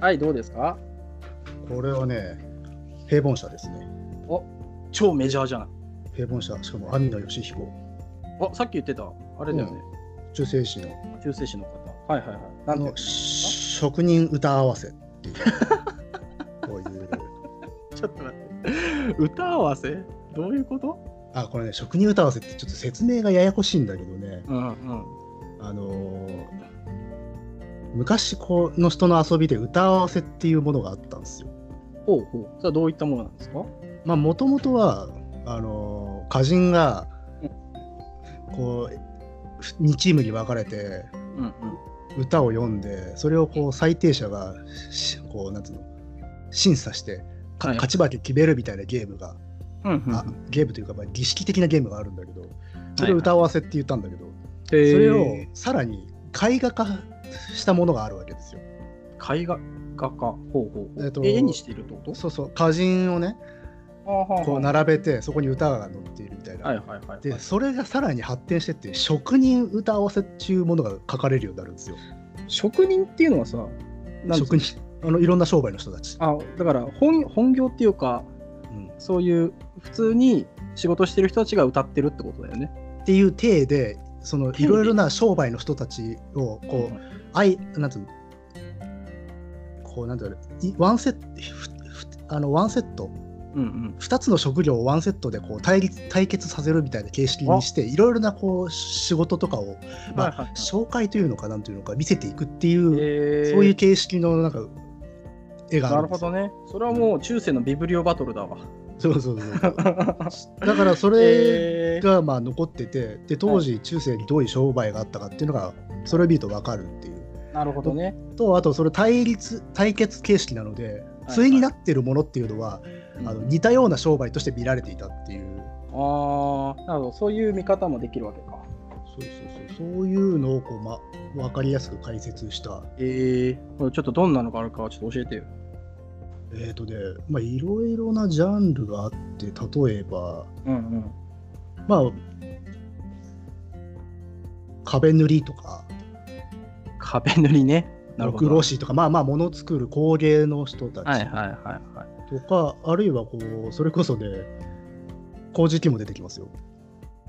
[SPEAKER 1] はい、どうですか
[SPEAKER 2] これはね平凡者ですね
[SPEAKER 1] お超メジャーじゃない。
[SPEAKER 2] 平凡者しかも網野義彦
[SPEAKER 1] あさっき言ってた、あれだよね、
[SPEAKER 2] 中世史の
[SPEAKER 1] 中世史の方。はいはいはい。
[SPEAKER 2] あ
[SPEAKER 1] なんで
[SPEAKER 2] の職人歌合わせ っていうこういう
[SPEAKER 1] ちょっと待って。歌合わせどういうこと
[SPEAKER 2] あこれね職人歌合わせってちょっと説明がややこしいんだけどね
[SPEAKER 1] うんうん。
[SPEAKER 2] あのー昔この人の遊びで歌合わせっていうものがあったんですよ
[SPEAKER 1] ほうほう。それはどういったものなんですか
[SPEAKER 2] まあもともとはあの歌人がこう2チームに分かれて
[SPEAKER 1] うん
[SPEAKER 2] 歌を読んでそれをこう裁定者がしこうなんつうの審査してか
[SPEAKER 1] はい
[SPEAKER 2] 勝ち負け決めるみたいなゲームが、
[SPEAKER 1] うんうんうん
[SPEAKER 2] あゲームというかまあ儀式的なゲームがあるんだけどそれを歌わせって言ったんだけど、
[SPEAKER 1] そ
[SPEAKER 2] それをさらに絵画化したものがあるわけですよ。
[SPEAKER 1] 絵画画家ほうほう、
[SPEAKER 2] えっと
[SPEAKER 1] 絵にしてるってこと
[SPEAKER 2] そうそう歌人をね
[SPEAKER 1] あーはーはー
[SPEAKER 2] こう並べてそこに歌が載っているみたいな。
[SPEAKER 1] はいはいはい
[SPEAKER 2] でそれがさらに発展してって職人歌合わせっていうものが書かれるようになるんですよ。
[SPEAKER 1] 職人っていうのはさなん
[SPEAKER 2] 職人あのいろんな商売の人たち。
[SPEAKER 1] あだから本本業っていうか
[SPEAKER 2] うん
[SPEAKER 1] そういう普通に仕事してる人たちが歌ってるってことだよね。
[SPEAKER 2] っていう体でその
[SPEAKER 1] 体で
[SPEAKER 2] いろいろな商売の人たちをこう愛なんつうのこうなんていうのいワンセットふふあのワンセット
[SPEAKER 1] うんうん
[SPEAKER 2] 2つの職業をワンセットでこう対立対決させるみたいな形式にしていろいろなこう仕事とかを、まあ
[SPEAKER 1] はいはいはい
[SPEAKER 2] 紹介というのかなんというのか見せていくっていう、
[SPEAKER 1] えー
[SPEAKER 2] そういう形式のなんか絵があ
[SPEAKER 1] な
[SPEAKER 2] る
[SPEAKER 1] る
[SPEAKER 2] ん
[SPEAKER 1] ほ
[SPEAKER 2] ですよ
[SPEAKER 1] どね。それはもう中世のビブリオバトルだわ。
[SPEAKER 2] そうそうそうだからそれ
[SPEAKER 1] えー
[SPEAKER 2] がまあ残っててで当時中世にどういう商売があったかっていうのがそれを見ると分かるっていう。
[SPEAKER 1] なるほどね。
[SPEAKER 2] とあとそれ対立対決形式なので
[SPEAKER 1] はい
[SPEAKER 2] 対になってるものっていうのは、
[SPEAKER 1] うん
[SPEAKER 2] あの似たような商売として見られていたっていう
[SPEAKER 1] あーなるほどそういう見方もできるわけか。
[SPEAKER 2] そうそうそうそういうのをこう、ま、分かりやすく解説した
[SPEAKER 1] えー、これちょっとどんなのがあるかちょっと教えてよ。
[SPEAKER 2] えっ、とねまあいろいろなジャンルがあって例えば
[SPEAKER 1] うんうん。
[SPEAKER 2] まあ壁塗りとか
[SPEAKER 1] 壁塗りね。なるほ
[SPEAKER 2] 木
[SPEAKER 1] ど。
[SPEAKER 2] 炉師とかまあまあ物作る工芸の人た
[SPEAKER 1] はい
[SPEAKER 2] ち
[SPEAKER 1] はいはいはい。
[SPEAKER 2] とか、あるいはこうそれこそね工事機も出てきますよ。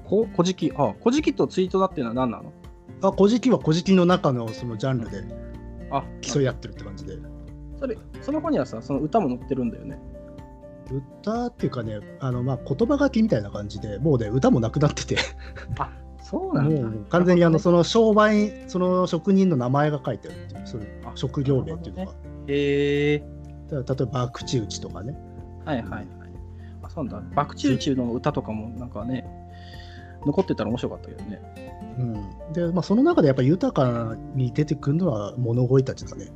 [SPEAKER 1] こ古事記、あ古事記とツイートだっていうのは何なの
[SPEAKER 2] あ、古事記は古事記の中のそのジャンルで
[SPEAKER 1] あ
[SPEAKER 2] 競い合ってるって感じで。
[SPEAKER 1] それその方にはさその歌も載ってるんだよね。
[SPEAKER 2] 歌っていうかね、あのまあ言葉書きみたいな感じで、もうね、歌もなくなってて、
[SPEAKER 1] そう
[SPEAKER 2] も
[SPEAKER 1] なんだ。
[SPEAKER 2] う完全にあのその商売、その職人の名前が書いてあるっていう、そういう
[SPEAKER 1] あ
[SPEAKER 2] 職業名っていう
[SPEAKER 1] な
[SPEAKER 2] のが。
[SPEAKER 1] へえ
[SPEAKER 2] だから例えば、口打ちとかね、
[SPEAKER 1] はいはいはい。あそうなんだ。バクチューチューの歌とかもなんかね、残ってたら面白かったけどね。
[SPEAKER 2] うん、で、まあ、その中でやっぱり豊かに出てくるのは物乞いたちだね。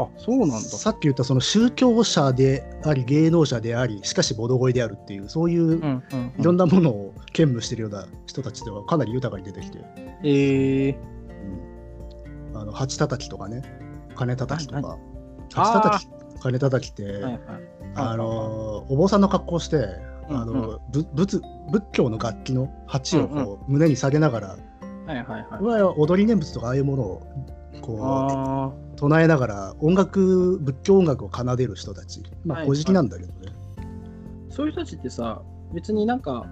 [SPEAKER 1] あそうなんだ。
[SPEAKER 2] さっき言ったその宗教者であり、芸能者であり、しかし物乞いであるっていう、そういう、
[SPEAKER 1] うんうん、
[SPEAKER 2] いろん
[SPEAKER 1] な。
[SPEAKER 2] なものを兼務してるような人たちではかなり豊かに出てきて、
[SPEAKER 1] えー、
[SPEAKER 2] うんあの鉢叩きとかね金叩きと
[SPEAKER 1] は
[SPEAKER 2] か鉢叩き金叩きって、
[SPEAKER 1] はいはい。
[SPEAKER 2] あのーお坊さんの格好をして、あ
[SPEAKER 1] うんう
[SPEAKER 2] のぶ仏仏教の楽器の鉢をこう胸に下げながら、
[SPEAKER 1] はいはいはい
[SPEAKER 2] い。わゆる踊り念仏とかああいうものをこ
[SPEAKER 1] あ
[SPEAKER 2] う唱えながら音楽仏教音楽を奏でる人たちま
[SPEAKER 1] は
[SPEAKER 2] あ
[SPEAKER 1] い
[SPEAKER 2] 古事記なんだけどね、
[SPEAKER 1] ーそういう人たちってさ、別になんか、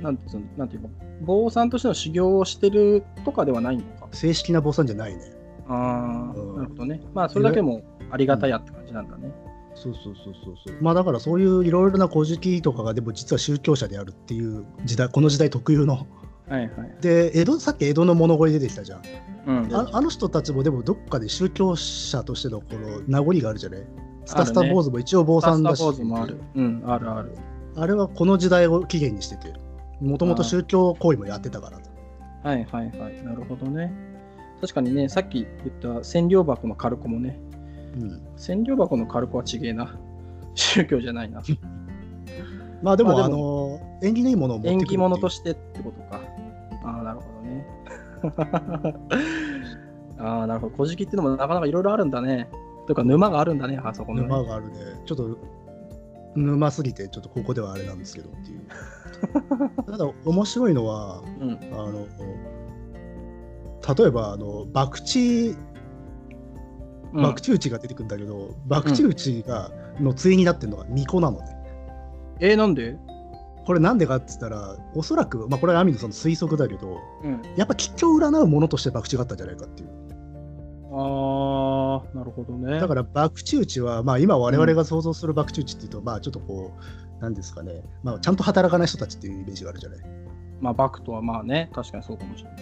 [SPEAKER 1] なんていうのなんていうの、坊さんとしての修行をしてるとかではないのか。
[SPEAKER 2] 正式な坊さんじゃないね
[SPEAKER 1] ああ
[SPEAKER 2] うん
[SPEAKER 1] ー、なるほどね。まあ、それだけもありがたやって感じなんだね。
[SPEAKER 2] そうそうそうそうそうまあだからそういういろいろな古事記とかがでも実は宗教者であるっていう時代この時代特有の
[SPEAKER 1] はいはい。
[SPEAKER 2] で江戸さっき江戸の物乞い出てきたじゃん
[SPEAKER 1] うん、
[SPEAKER 2] ああの人たちもでもどっかで宗教者としてのこの名残があるじゃないスタスタ坊主も一応坊
[SPEAKER 1] 坊
[SPEAKER 2] さ
[SPEAKER 1] さ
[SPEAKER 2] ん
[SPEAKER 1] ん
[SPEAKER 2] だ
[SPEAKER 1] だ
[SPEAKER 2] し
[SPEAKER 1] し。もある。うん、あるある。
[SPEAKER 2] あれはこの時代を起源にしててもともと宗教行為もやってたから
[SPEAKER 1] はいはいはい。なるほどね。確かにね、さっき言った千両箱の軽子もね、
[SPEAKER 2] うん、
[SPEAKER 1] 千両箱の軽子はちげえな。 宗教じゃないな。
[SPEAKER 2] まあでも,、
[SPEAKER 1] ま
[SPEAKER 2] あ、
[SPEAKER 1] あで
[SPEAKER 2] の縁起のいいものを持ってくる
[SPEAKER 1] 縁
[SPEAKER 2] ってい
[SPEAKER 1] 起
[SPEAKER 2] う
[SPEAKER 1] 物としてってことか。ああ、なるほどね。 ああ、なるほど。古事記ってのもなかなかいろいろあるんだね。というか、沼があるんだね、あそこのね、
[SPEAKER 2] 沼があるねちょっと沼すぎてちょっとここではあれなんですけどっていう ただ面白いのは
[SPEAKER 1] うん
[SPEAKER 2] あ。の例えばあの博打
[SPEAKER 1] うん
[SPEAKER 2] 博打打ちが出てくるんだけど、博打打ちがの対になってるのが巫女なのね
[SPEAKER 1] えー、なんで
[SPEAKER 2] これなんでかっつったらおそらく、まあ、これはアミのさんの推測だけど
[SPEAKER 1] うん。
[SPEAKER 2] やっぱ吉祥を占うものとして博打があったんじゃないかっていう
[SPEAKER 1] ああ、なるほどね。
[SPEAKER 2] だから博打打ちは、まあ、今我々が想像する博打打ちっていうと、まあちょっとこうなんですかね、まあ、ちゃんと働かない人たちっていうイメージがあるじゃない
[SPEAKER 1] まあ、バクとはまあね、確かにそうかもしれない。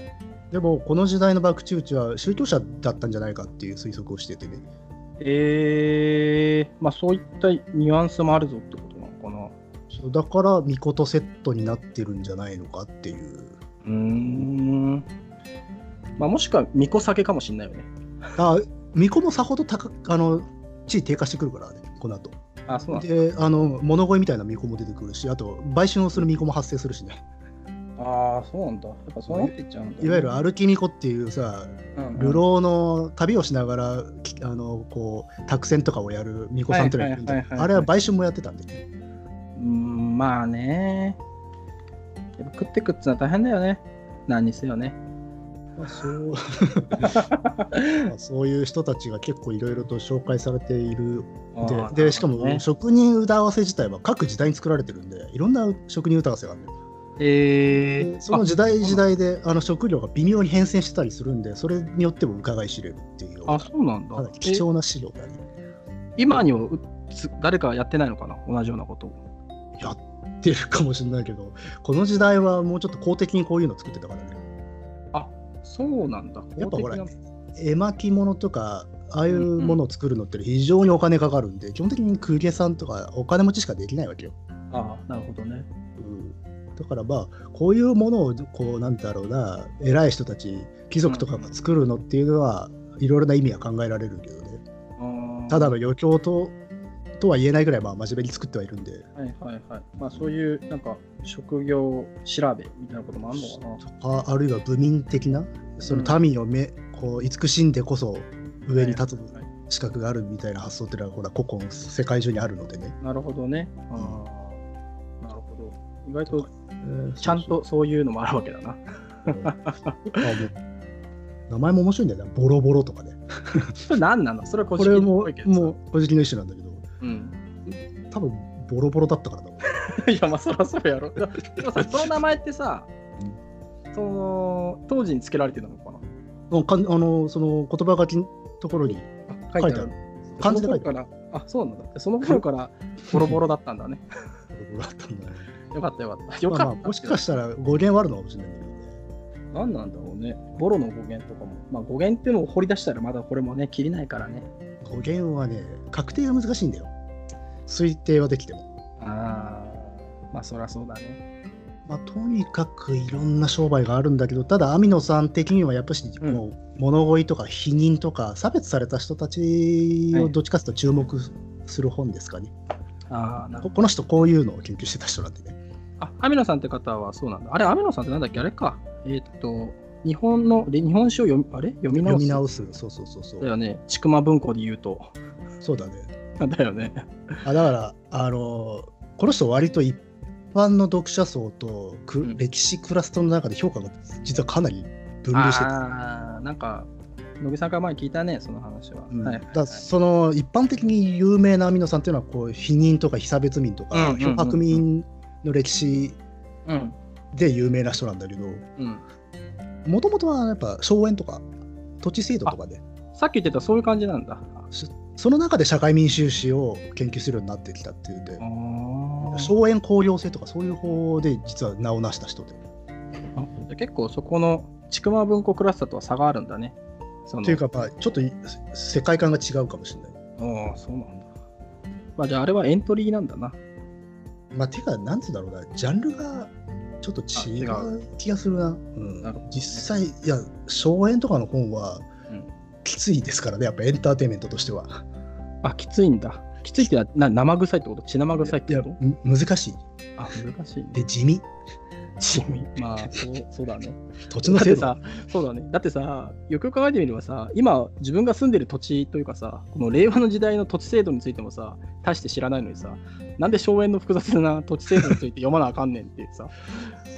[SPEAKER 2] でもこの時代の博打打ちは宗教者だったんじゃないかっていう推測をしててね
[SPEAKER 1] えー、まあそういったニュアンスもあるぞってことなのかな。
[SPEAKER 2] そうだから巫女とセットになってるんじゃないのかっていう
[SPEAKER 1] うーん。まあ、もしくは、巫女酒かもしれないよね。
[SPEAKER 2] あ巫女もさほど高くあの地位低下してくるからねこの後
[SPEAKER 1] あ、そうなんだ。
[SPEAKER 2] であの物乞いみたいな巫女も出てくるしあと売春をする巫女も発生するしね
[SPEAKER 1] ああ、そうなんだ。やっぱそうなってっちゃうんだ。
[SPEAKER 2] いわゆる歩き巫女っていうさ流
[SPEAKER 1] ー
[SPEAKER 2] 浪の旅をしながらきあのこう託戦とかをやる巫女さんとかいるんだ
[SPEAKER 1] はい
[SPEAKER 2] け
[SPEAKER 1] はいはい
[SPEAKER 2] ど
[SPEAKER 1] はい
[SPEAKER 2] あれは売春もやってたんでね
[SPEAKER 1] うーん、まあね。やっぱ食ってくっつうのは大変だよね。何にせよね。
[SPEAKER 2] まあそう まあそういう人たちが結構いろいろと紹介されている
[SPEAKER 1] あー
[SPEAKER 2] ででしか
[SPEAKER 1] なるほどね
[SPEAKER 2] も職人歌合わせ自体は各時代に作られてるんでいろんな職人歌合わせがあるんだよ
[SPEAKER 1] えー
[SPEAKER 2] でその時代時代であの食料が微妙に変遷してたりするんでそれによっても伺い知れるっていうような
[SPEAKER 1] あ、そうなんだ
[SPEAKER 2] かな。り貴重な資料だね
[SPEAKER 1] え今にもうつ誰かやってないのかな同じようなことを。
[SPEAKER 2] やってるかもしれないけどこの時代はもうちょっと公的にこういうの作ってたからね
[SPEAKER 1] そうなんだ。
[SPEAKER 2] やっぱほら
[SPEAKER 1] 公的な
[SPEAKER 2] 絵巻物とかああいうものを作るのって非常にお金かかるんで、基本的に公家さんとかお金持ちしかできないわけよ、
[SPEAKER 1] あーなるほどね。
[SPEAKER 2] うん、だからまあこういうものをこうなんだろうな偉い人たち貴族とかが作るのっていうのはいろいろな意味が考えられるけどね
[SPEAKER 1] あー
[SPEAKER 2] ただの余興ととは言えないぐらいまあ真面目に作ってはいるんで
[SPEAKER 1] はいはいはい。まあそういうなんか職業調べみたいなこともあるのか
[SPEAKER 2] ああるいは部民的なその民をめ、こう慈しんでこそ
[SPEAKER 1] な。
[SPEAKER 2] 上に立つ
[SPEAKER 1] はいはいはい
[SPEAKER 2] 資格があるみたいな発想っていうのはほら古今世界中にあるのでね、
[SPEAKER 1] なるほどね。あーなるほど。意外とちゃん
[SPEAKER 2] そう
[SPEAKER 1] とそういうのもあるわけだな。
[SPEAKER 2] そうそうあもう名前も面白いんだよなボロボロとかね
[SPEAKER 1] それ何なのそれはこ
[SPEAKER 2] これ
[SPEAKER 1] も
[SPEAKER 2] ももう古事記の一種なんだけど
[SPEAKER 1] うん。
[SPEAKER 2] 多分ボロボロだったからだもん
[SPEAKER 1] いやまあそらそらやろ。で もさその名前ってさ、その当時につけられてたのかな
[SPEAKER 2] もうかんあのその言葉書きのところに
[SPEAKER 1] あ
[SPEAKER 2] 書いてある。漢字で書いて
[SPEAKER 1] その頃か
[SPEAKER 2] ある
[SPEAKER 1] ら、あ、そうなんだ。その頃からボロボロだったんだね。
[SPEAKER 2] ボロボロだったんだよ
[SPEAKER 1] よかったよかった。よか
[SPEAKER 2] ま
[SPEAKER 1] っ
[SPEAKER 2] あ
[SPEAKER 1] た。
[SPEAKER 2] まあもしかしたら語源はあるのかもしれないんだけどね
[SPEAKER 1] 何なんだろうね。ボロの語源とかも。まあ語源っていうのを掘り出したらまだこれもね、切りないからね。
[SPEAKER 2] 語源はね確定が難しいんだよ推定はできても、
[SPEAKER 1] ああ、まあそりゃそうだね。
[SPEAKER 2] まあ、とにかくいろんな商売があるんだけどただ網野さん的にはやっぱし、
[SPEAKER 1] うん
[SPEAKER 2] もう物乞いとか否認とか差別された人たち
[SPEAKER 1] は
[SPEAKER 2] を
[SPEAKER 1] い
[SPEAKER 2] どっちかというと注目する本ですかね、
[SPEAKER 1] ああ、なるほ
[SPEAKER 2] こ
[SPEAKER 1] ど。
[SPEAKER 2] この人こういうのを研究してた人なんでね
[SPEAKER 1] あ、アミノさんって方はそうなんだ。あれ、アミノさんってなんだっけあれか。えーっと、日本の、で日本史を読み、あれ読み
[SPEAKER 2] 読
[SPEAKER 1] 直す。
[SPEAKER 2] み直すそうそうそうそ
[SPEAKER 1] だ
[SPEAKER 2] う
[SPEAKER 1] よね。ちくま文庫で言うと。
[SPEAKER 2] そうだね
[SPEAKER 1] だよね。
[SPEAKER 2] あだからあのこの人割と一般の読者層とく、
[SPEAKER 1] うん
[SPEAKER 2] 歴史クラストの中で評価が実はかなり分類してて
[SPEAKER 1] ああ、なんか、野木さんから前に聞いたね、その話は。
[SPEAKER 2] うん
[SPEAKER 1] はい
[SPEAKER 2] だからその一般的に有名なアミノ酸っていうのはこう否認とか被差別民と
[SPEAKER 1] うんうん
[SPEAKER 2] か
[SPEAKER 1] うんうん
[SPEAKER 2] 漂白民の歴史
[SPEAKER 1] うん。
[SPEAKER 2] で有名な人なんだけど
[SPEAKER 1] うん。
[SPEAKER 2] もともとはやっぱ荘園とか土地制度とかで
[SPEAKER 1] さっき言ってたそういう感じなんだ。
[SPEAKER 2] その中で社会民主主義を研究するようになってきたっていうんで
[SPEAKER 1] そ
[SPEAKER 2] 荘園公領制とかそういう方で実は名を成した人で。
[SPEAKER 1] う結構そこのちくま文庫クラスターとは差があるんだね。その
[SPEAKER 2] というかまあちょっとい世界観が違うかもしれない。
[SPEAKER 1] ああ、そうなんだ。まあ、じゃああれはエントリーなんだな。
[SPEAKER 2] まあ、てか、なんて言うんだろうな、ジャンルがちょっと違
[SPEAKER 1] あ違
[SPEAKER 2] う気がするな。うん
[SPEAKER 1] なるほどね
[SPEAKER 2] 実際、いや、荘園とかの本は
[SPEAKER 1] うん
[SPEAKER 2] きついですからね、やっぱエンターテインメントとしては。
[SPEAKER 1] あ、きついんだ。きついってなな生臭いってこと血生臭いっ
[SPEAKER 2] い
[SPEAKER 1] て
[SPEAKER 2] や
[SPEAKER 1] こと、
[SPEAKER 2] む難しい。
[SPEAKER 1] あ、難しいね。
[SPEAKER 2] で、地味。
[SPEAKER 1] 地味。まあ、そうそうだね。
[SPEAKER 2] 土地
[SPEAKER 1] だ
[SPEAKER 2] の
[SPEAKER 1] っ
[SPEAKER 2] 制
[SPEAKER 1] て
[SPEAKER 2] 度が
[SPEAKER 1] さ、そうだね。だってさ、よくよく考えてみればさ、今、自分が住んでる土地というかさ、この令和の時代の土地制度についてもさ、大して知らないのにさ、なんで荘園の複雑な土地制度について読まなあかんねんっていうさ、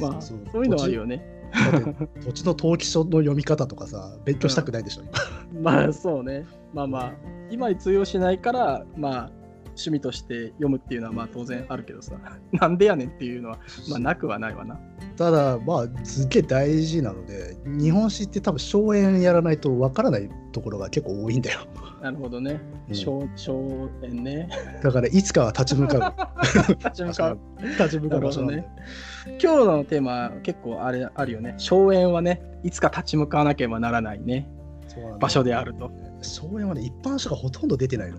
[SPEAKER 1] まあ、
[SPEAKER 2] そ
[SPEAKER 1] そうう
[SPEAKER 2] そう
[SPEAKER 1] いうのはあるよね。
[SPEAKER 2] だって土地の登記書の読み方とかさ、勉強したくないでしょ、今
[SPEAKER 1] まあ、そうね。まあまあ、今に通用しないから、まあ、趣味として読むっていうのはまあ当然あるけどさ、 なんでやねんっていうのは、まあ、なくはないわな。
[SPEAKER 2] ただ、まあ、すっげえ大事なので、日本史って多分、荘園やらないとわからないところが結構多いんだよ。
[SPEAKER 1] なるほどね。
[SPEAKER 2] うん
[SPEAKER 1] 荘荘園 ね。
[SPEAKER 2] だから、いつかは立ち向かう。
[SPEAKER 1] 立ち向かう。
[SPEAKER 2] 立ち向かう場所なんだよ
[SPEAKER 1] なるほどね今日のテーマ結構あれあるよね荘園はねいつか立ち向かわなければならないね
[SPEAKER 2] そうなんだよ
[SPEAKER 1] 場所であると
[SPEAKER 2] 荘園はね一般書がほとんど出てないの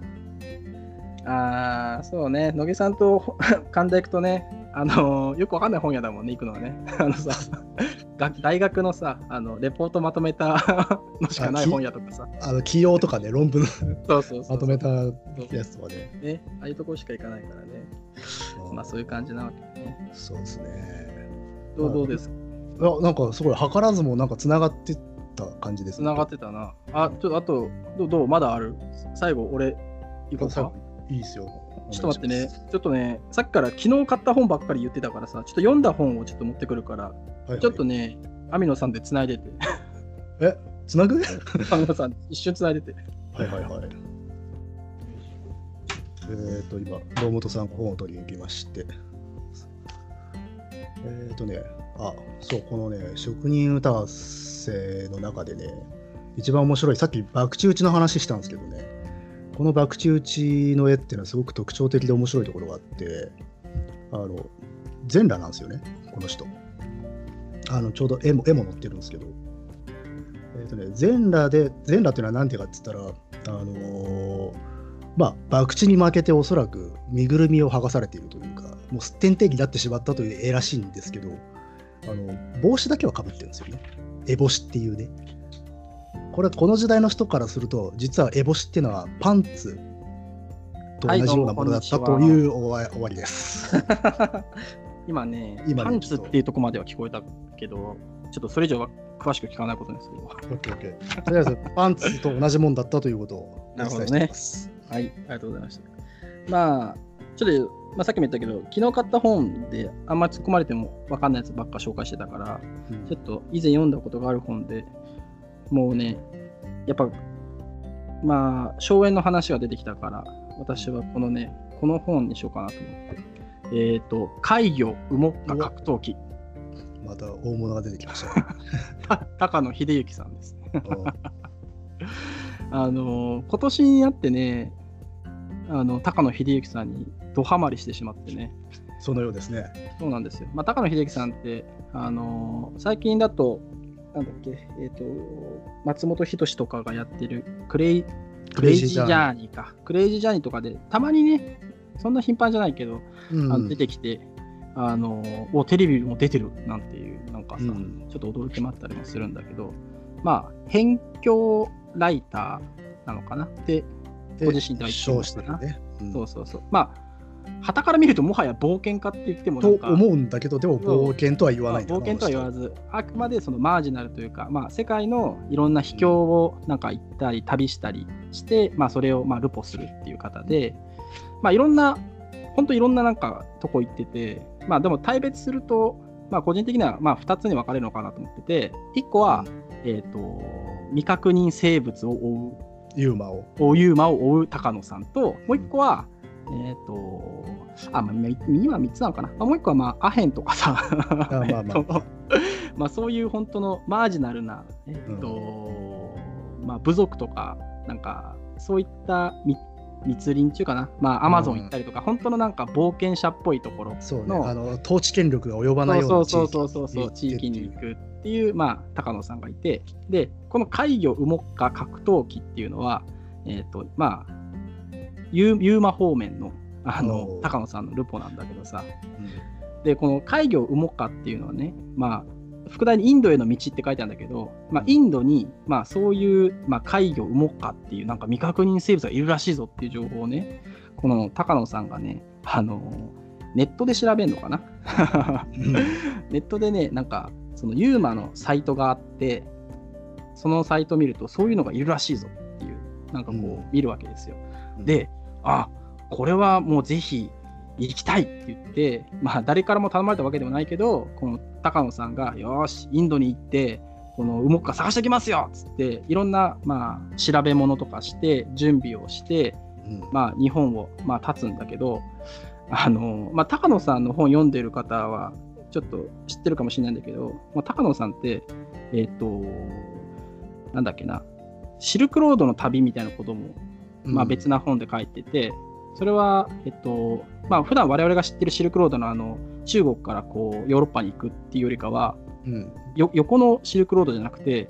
[SPEAKER 1] ああ、そうね、野毛さんと ほ神田行くとね、あのーよくわかんない本屋だもんね、行くのはね。 あのさ、が大学のさ、あのレポートまとめた のしかない本屋とかさ、
[SPEAKER 2] あの起用とかね、論文の
[SPEAKER 1] そうそうそう
[SPEAKER 2] まとめた
[SPEAKER 1] そう
[SPEAKER 2] やつとかね。
[SPEAKER 1] ね、ああいうとこしか行かないからね。まあそういう感じなわけだね。
[SPEAKER 2] そうですね。
[SPEAKER 1] どう
[SPEAKER 2] はい
[SPEAKER 1] どうですか
[SPEAKER 2] いやなんかすごい図らずもなんかつながってた感じです
[SPEAKER 1] 繋がってたな。あ、ちょっとあと、どうどうまだある最後、俺、行こう
[SPEAKER 2] 最
[SPEAKER 1] か
[SPEAKER 2] 後。いいですよ。
[SPEAKER 1] ちょっと待ってね、ちょっとね、さっきから昨日買った本ばっかり言ってたからさ、ちょっと読んだ本をちょっと持ってくるから、
[SPEAKER 2] はいはい
[SPEAKER 1] ちょっとね、網野さんで繋いでて、
[SPEAKER 2] つなぐは
[SPEAKER 1] 網野さん、一瞬繋いでて。
[SPEAKER 2] いはいはい。えっ、ー、と、今、堂本さんが本を取りに行きまして。えっ、ー、とね、あ、そう、このね、職人歌合戦の中でね、一番面白い、さっき、爆打打ちの話したんですけどね、この爆打打ちの絵っていうのはすごく特徴的で面白いところがあって、あの、全裸なんですよね、この人。あの、ちょうど絵も、絵も載ってるんですけど。えーとね、全裸で全裸というのは何ていうかっつったら、あのーまあ、博打に負けておそらく身ぐるみを剥がされているというかもうすってんてんになってしまったという絵らしいんですけどあの帽子だけはかぶってるんですよね烏帽子っていうねこれこの時代の人からすると実は烏帽子っていうのはパンツと同じようなものだった
[SPEAKER 1] はいどうもこ
[SPEAKER 2] と
[SPEAKER 1] んに
[SPEAKER 2] い
[SPEAKER 1] ち
[SPEAKER 2] う終わ終わりです。
[SPEAKER 1] 今ね、
[SPEAKER 2] 今ね
[SPEAKER 1] パンツっていうとこまでは聞こえたけど、ちょっとそれ以上は詳しく聞かないことにするわ。
[SPEAKER 2] オッケーオッケーとりあえずパンツと同じもんだったということをお伝えしています。
[SPEAKER 1] はい、ありがとうございました。まあ、ちょっと、まあ、さっきも言ったけど、昨日買った本であんまり突っ込まれても分かんないやつばっか紹介してたから、
[SPEAKER 2] うん
[SPEAKER 1] ちょっと以前読んだことがある本でもうねやっぱまあ荘園の話が出てきたから私はこのねこの本にしようかなと思ってえっ、と「怪魚羽毛格闘技
[SPEAKER 2] また大物が出てきました ね。
[SPEAKER 1] 高野秀幸さんですね
[SPEAKER 2] うん
[SPEAKER 1] あのー今年になってねあの高野秀幸さんにドハマりしてしまってね
[SPEAKER 2] そのようですね。
[SPEAKER 1] そうなんですよ、まあ、高野秀樹さんって、あのー最近だとなんだっけ、えー、と松本人志とかがやってるクレイクレイジージャーニーかクレイジージャーニーとかでたまにねそんな頻繁じゃないけど、
[SPEAKER 2] うん
[SPEAKER 1] あの出てきて、あのーおテレビも出てるなんていうなんかさ、
[SPEAKER 2] うん
[SPEAKER 1] ちょっと驚きもあったりもするんだけどまあ辺境ライターなのかなって
[SPEAKER 2] で
[SPEAKER 1] ご自身では言
[SPEAKER 2] 称
[SPEAKER 1] って
[SPEAKER 2] し
[SPEAKER 1] ま
[SPEAKER 2] て
[SPEAKER 1] したな
[SPEAKER 2] るね。うん
[SPEAKER 1] そうそうそうまあはから見るともはや冒険家って言ってもな
[SPEAKER 2] と
[SPEAKER 1] んか
[SPEAKER 2] 思うんだけど、でも冒険とは言わ
[SPEAKER 1] ま
[SPEAKER 2] な
[SPEAKER 1] あ
[SPEAKER 2] いんだ
[SPEAKER 1] 冒
[SPEAKER 2] な
[SPEAKER 1] 険とは言わず、あくまでそのマージナルというか、まあ、世界のいろんな秘境をなんか行ったり、旅したりして、まあ、それをまあルポするっていう方で、まあ、いろんな、本当いろんななんかとこ行ってて、まあ、でも大別すると、まあ、個人的にはまあ2つに分かれるのかなと思ってて、1個は、えー、と未確認生物を追う、
[SPEAKER 2] ユーマを。
[SPEAKER 1] 追うユーマを追う高野さんと、もう1個は、えっ、と、あ、まあ、み今3つなのかな。まあもう1個は、まあ、アヘンとかさ、
[SPEAKER 2] あまあまあ。
[SPEAKER 1] まあそういう本当のマージナルな、えっとまあ、部族とかなんかそういった密密林中かな、まあ、アマゾン行ったりとか、本当のなんか冒険者っぽいところ
[SPEAKER 2] そうね。
[SPEAKER 1] の
[SPEAKER 2] あの統治権力が及ばないよ
[SPEAKER 1] そう
[SPEAKER 2] うな地域
[SPEAKER 1] そうそうそうそう地域に行くっていう、まあ、高野さんがいてでこの怪魚羽毛か格闘技っていうのはえっ、とまあユーユーマ方面のあの
[SPEAKER 2] おー
[SPEAKER 1] 高野さんのルポなんだけどさ
[SPEAKER 2] うん
[SPEAKER 1] でこの海魚ウモカっていうのはね、まあ、副題にインドへの道って書いてあるんだけど、まあ、インドに、まあ、そういう、まあ、海魚ウモカっていうなんか未確認生物がいるらしいぞっていう情報をねこの高野さんがねあのネットで調べるのかなネットでねなんかそのユーマのサイトがあってそのサイト見るとそういうのがいるらしいぞっていうなんかこ
[SPEAKER 2] うん
[SPEAKER 1] う見るわけですよ。
[SPEAKER 2] うん
[SPEAKER 1] で、あこれはもうぜひ行きたいって言って、まあ、誰からも頼まれたわけでもないけど、この高野さんが、よーし、インドに行って、この羽毛か探してきますよっつって、いろんな、まあ、調べ物とかして、準備をして、
[SPEAKER 2] うん
[SPEAKER 1] まあ、日本を、まあ、立つんだけど、あのまあ、高野さんの本読んでる方は、ちょっと知ってるかもしれないんだけど、まあ、高野さんって、えっ、と、なんだっけな、シルクロードの旅みたいなこともまあ、別な本で書いてて、それは、えっと、まあ、普段我々が知ってるシルクロードのあの、中国からこう、ヨーロッパに行くっていうよりかは、
[SPEAKER 2] うん
[SPEAKER 1] よ横のシルクロードじゃなくて、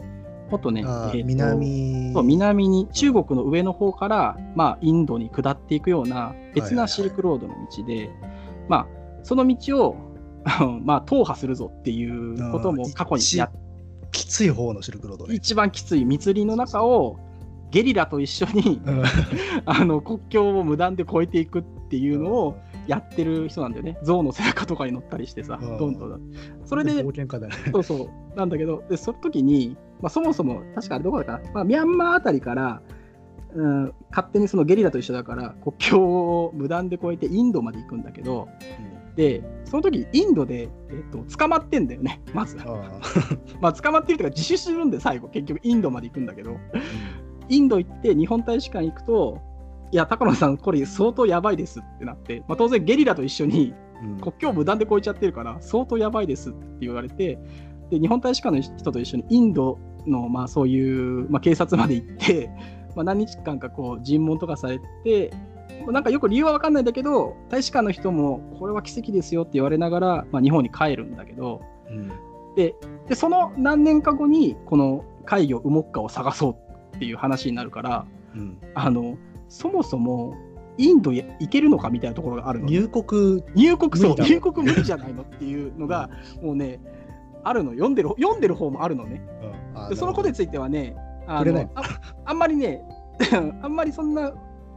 [SPEAKER 1] もっとね、
[SPEAKER 2] あー
[SPEAKER 1] えーと
[SPEAKER 2] 南
[SPEAKER 1] そう南に中国の上の方から、まあ、インドに下っていくような別なシルクロードの道で、まあ、その道を まあ踏破するぞっていうことも過去にやっ
[SPEAKER 2] きつい方のシルクロードね。
[SPEAKER 1] 一番きつい密林の中をゲリラと一緒 に
[SPEAKER 2] うん
[SPEAKER 1] あの国境を無断で越えていくっていうのをやってる人なんだよね象の背中とかに乗ったりしてさ
[SPEAKER 2] うん
[SPEAKER 1] どんどんそれで
[SPEAKER 2] 冒険家だね。
[SPEAKER 1] そうそうなんだけどでその時に、まあ、そもそも確かあれどこだかな、まあ、ミャンマーあたりから、うん、勝手にそのゲリラと一緒だから国境を無断で越えてインドまで行くんだけどでその時インドで、えっと捕まってんだよねまず
[SPEAKER 2] うんあ
[SPEAKER 1] まあ捕まってるというか自首するんで最後結局インドまで行くんだけど
[SPEAKER 2] ー
[SPEAKER 1] インド行って日本大使館行くといや高野さんこれ相当やばいですってなって、まあ、当然ゲリラと一緒に
[SPEAKER 2] うん
[SPEAKER 1] 国境を無断で越えちゃってるから相当やばいですって言われてで日本大使館の人と一緒にインドの、まあ、そういう、まあ、警察まで行って、まあ、何日間かこう尋問とかされてなんかよく理由は分かんないんだけど大使館の人もこれは奇跡ですよって言われながら、まあ、日本に帰るんだけど
[SPEAKER 2] うん
[SPEAKER 1] ででその何年か後にこの海魚ウモッカを探そうっていう話になるから
[SPEAKER 2] うん
[SPEAKER 1] あのそもそもインドへ行けるのかみたいなところがあるのね
[SPEAKER 2] 入国
[SPEAKER 1] 入国そう
[SPEAKER 2] 無理だ
[SPEAKER 1] 入国無理じゃないのっていうのがもうねあるの読んでる読んでる方もあるのね
[SPEAKER 2] あ
[SPEAKER 1] でそのことについてはねあ
[SPEAKER 2] 触れない
[SPEAKER 1] のああんまりね あんまりそんな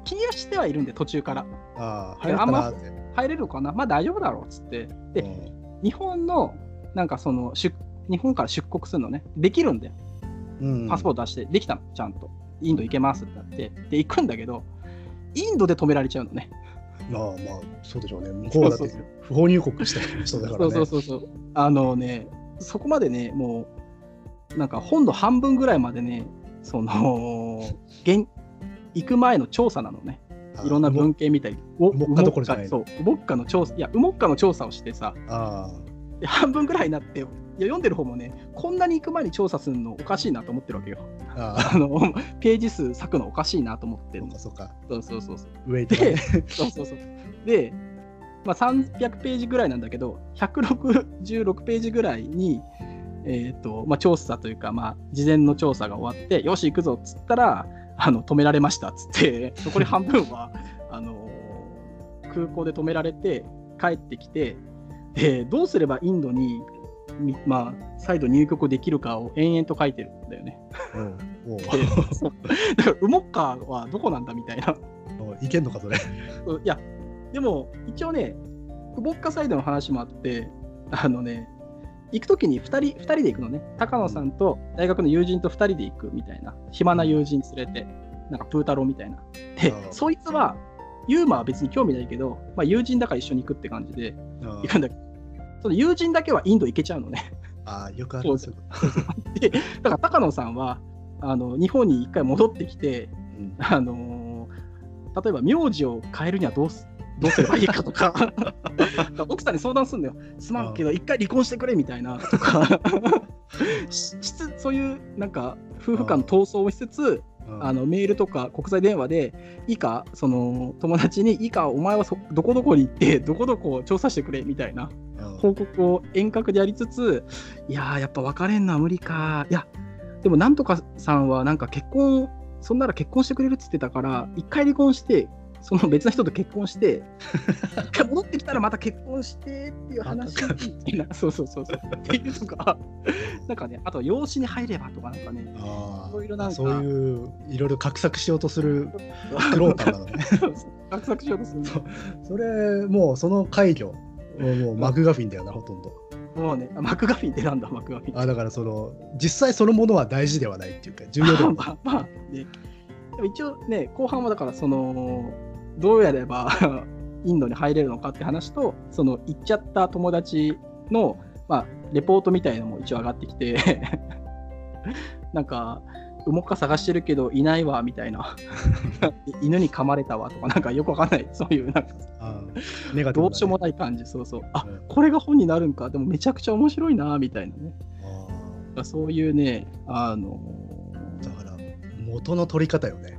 [SPEAKER 1] 気にはしてはいるんで途中から
[SPEAKER 2] あ
[SPEAKER 1] いや
[SPEAKER 2] あんまって
[SPEAKER 1] 入れるかなまあ大丈夫だろうっつって
[SPEAKER 2] う
[SPEAKER 1] で
[SPEAKER 2] ん
[SPEAKER 1] 日本のなんかその出日本から出国するのねできるんだよ
[SPEAKER 2] うん
[SPEAKER 1] パスポート出してできたのちゃんとインド行けますってなってで行くんだけどインドで止められちゃうのね
[SPEAKER 2] まあまあそうでしょ うね向こうだっ
[SPEAKER 1] そう
[SPEAKER 2] て
[SPEAKER 1] そう
[SPEAKER 2] 不法入国した人だからね
[SPEAKER 1] そうそうそうそうあのねそこまでねもうなんか本の半分ぐらいまでねその現行く前の調査なのねいろんな文献見たりお
[SPEAKER 2] ウモッカどころじゃない
[SPEAKER 1] ウモッカそうウモッカの調査いやウモッカの調査をしてさ
[SPEAKER 2] あ
[SPEAKER 1] で半分ぐらいになっていや読んでる方もねこんなに行く前に調査するのおかしいなと思ってるわけよ
[SPEAKER 2] ああ
[SPEAKER 1] あのページ数割くのおかしいなと思って
[SPEAKER 2] あ
[SPEAKER 1] る
[SPEAKER 2] そうかそうか
[SPEAKER 1] そうそうそうそう
[SPEAKER 2] ウェイトが
[SPEAKER 1] で
[SPEAKER 2] ね、
[SPEAKER 1] そうそうそう。で、まあ、300ページぐらいなんだけど、166ページぐらいに、えっ、と、まあ、調査というか、まあ、事前の調査が終わって、よし、行くぞっつったら、あの、止められましたっつって、 残り半分は、あの空港で止められて、帰ってきて、で、どうすればインドに、みまあ、再度入国できるかを延々と書いてるんだよね。
[SPEAKER 2] うんも
[SPEAKER 1] でそうだから、ウモッカはどこなんだみたいな。
[SPEAKER 2] うもういけんのかそれ
[SPEAKER 1] うんいや、でも一応ね、クボッカサイドの話もあって、あのね、行くときに2人 ,2 人で行くのね、高野さんと大学の友人と2人で行くみたいな、暇な友人連れて、なんかプー太郎みたいな。で
[SPEAKER 2] あ、ー
[SPEAKER 1] そいつは、ユーマは別に興味ないけど、まあ、友人だから一緒に行くって感じで
[SPEAKER 2] あ
[SPEAKER 1] 行くんだけど、その友人だけはインド行けちゃうのね。
[SPEAKER 2] あよくあるそういうこと
[SPEAKER 1] だから高野さんはあの日本に一回戻ってきて、
[SPEAKER 2] うん
[SPEAKER 1] あのー例えば名字を変えるにはどうすどうすればいいかとか 奥さんに相談するんだよすまんけど一回離婚してくれみたいなと かししつそういうなんか夫婦間の闘争をしつつ
[SPEAKER 2] うん
[SPEAKER 1] あのメールとか国際電話でいいかその友達にいいかお前はそどこどこに行ってどこどこを調査してくれみたいな
[SPEAKER 2] うん
[SPEAKER 1] 報告を遠隔でやりつついやーやっぱ別れんのは無理かいやでもなんとかさんはなんか結婚そんなら結婚してくれるっつってたから一回離婚してその別の人と結婚して一回戻ってきたらまた結婚してっていう話
[SPEAKER 2] また
[SPEAKER 1] みたいなそうそうそうそうっていうとかなんかねあと養子に入ればとかなんかね
[SPEAKER 2] あ
[SPEAKER 1] いろいろなん
[SPEAKER 2] あ
[SPEAKER 1] か
[SPEAKER 2] そういういろいろ画策しようとするク ローターなのね
[SPEAKER 1] サクサクしようとするの
[SPEAKER 2] それもうその怪魚もうマクガフィンだよなほとんど
[SPEAKER 1] もうねあマクガフィンってなんだマクガフィン
[SPEAKER 2] あだからその実際そのものは大事ではないっ ていうか重要ではな
[SPEAKER 1] まあまあまあね、でも一応ね後半はだからそのどうやれば インドに入れるのかって話とその行っちゃった友達の、まあ、レポートみたいのも一応上がってきて なんか「もっか探してるけどいないわ」みたいな 「犬に噛まれたわ」とかなんかよくわかんないそういうなんか
[SPEAKER 2] いうんネガテ
[SPEAKER 1] ど
[SPEAKER 2] ィブなね
[SPEAKER 1] うしようもない感じそうそうあ
[SPEAKER 2] うん
[SPEAKER 1] これが本になるんかでもめちゃくちゃ面白いなみたいなね
[SPEAKER 2] あ
[SPEAKER 1] だからそういうねあの
[SPEAKER 2] ーだから元の取り方よね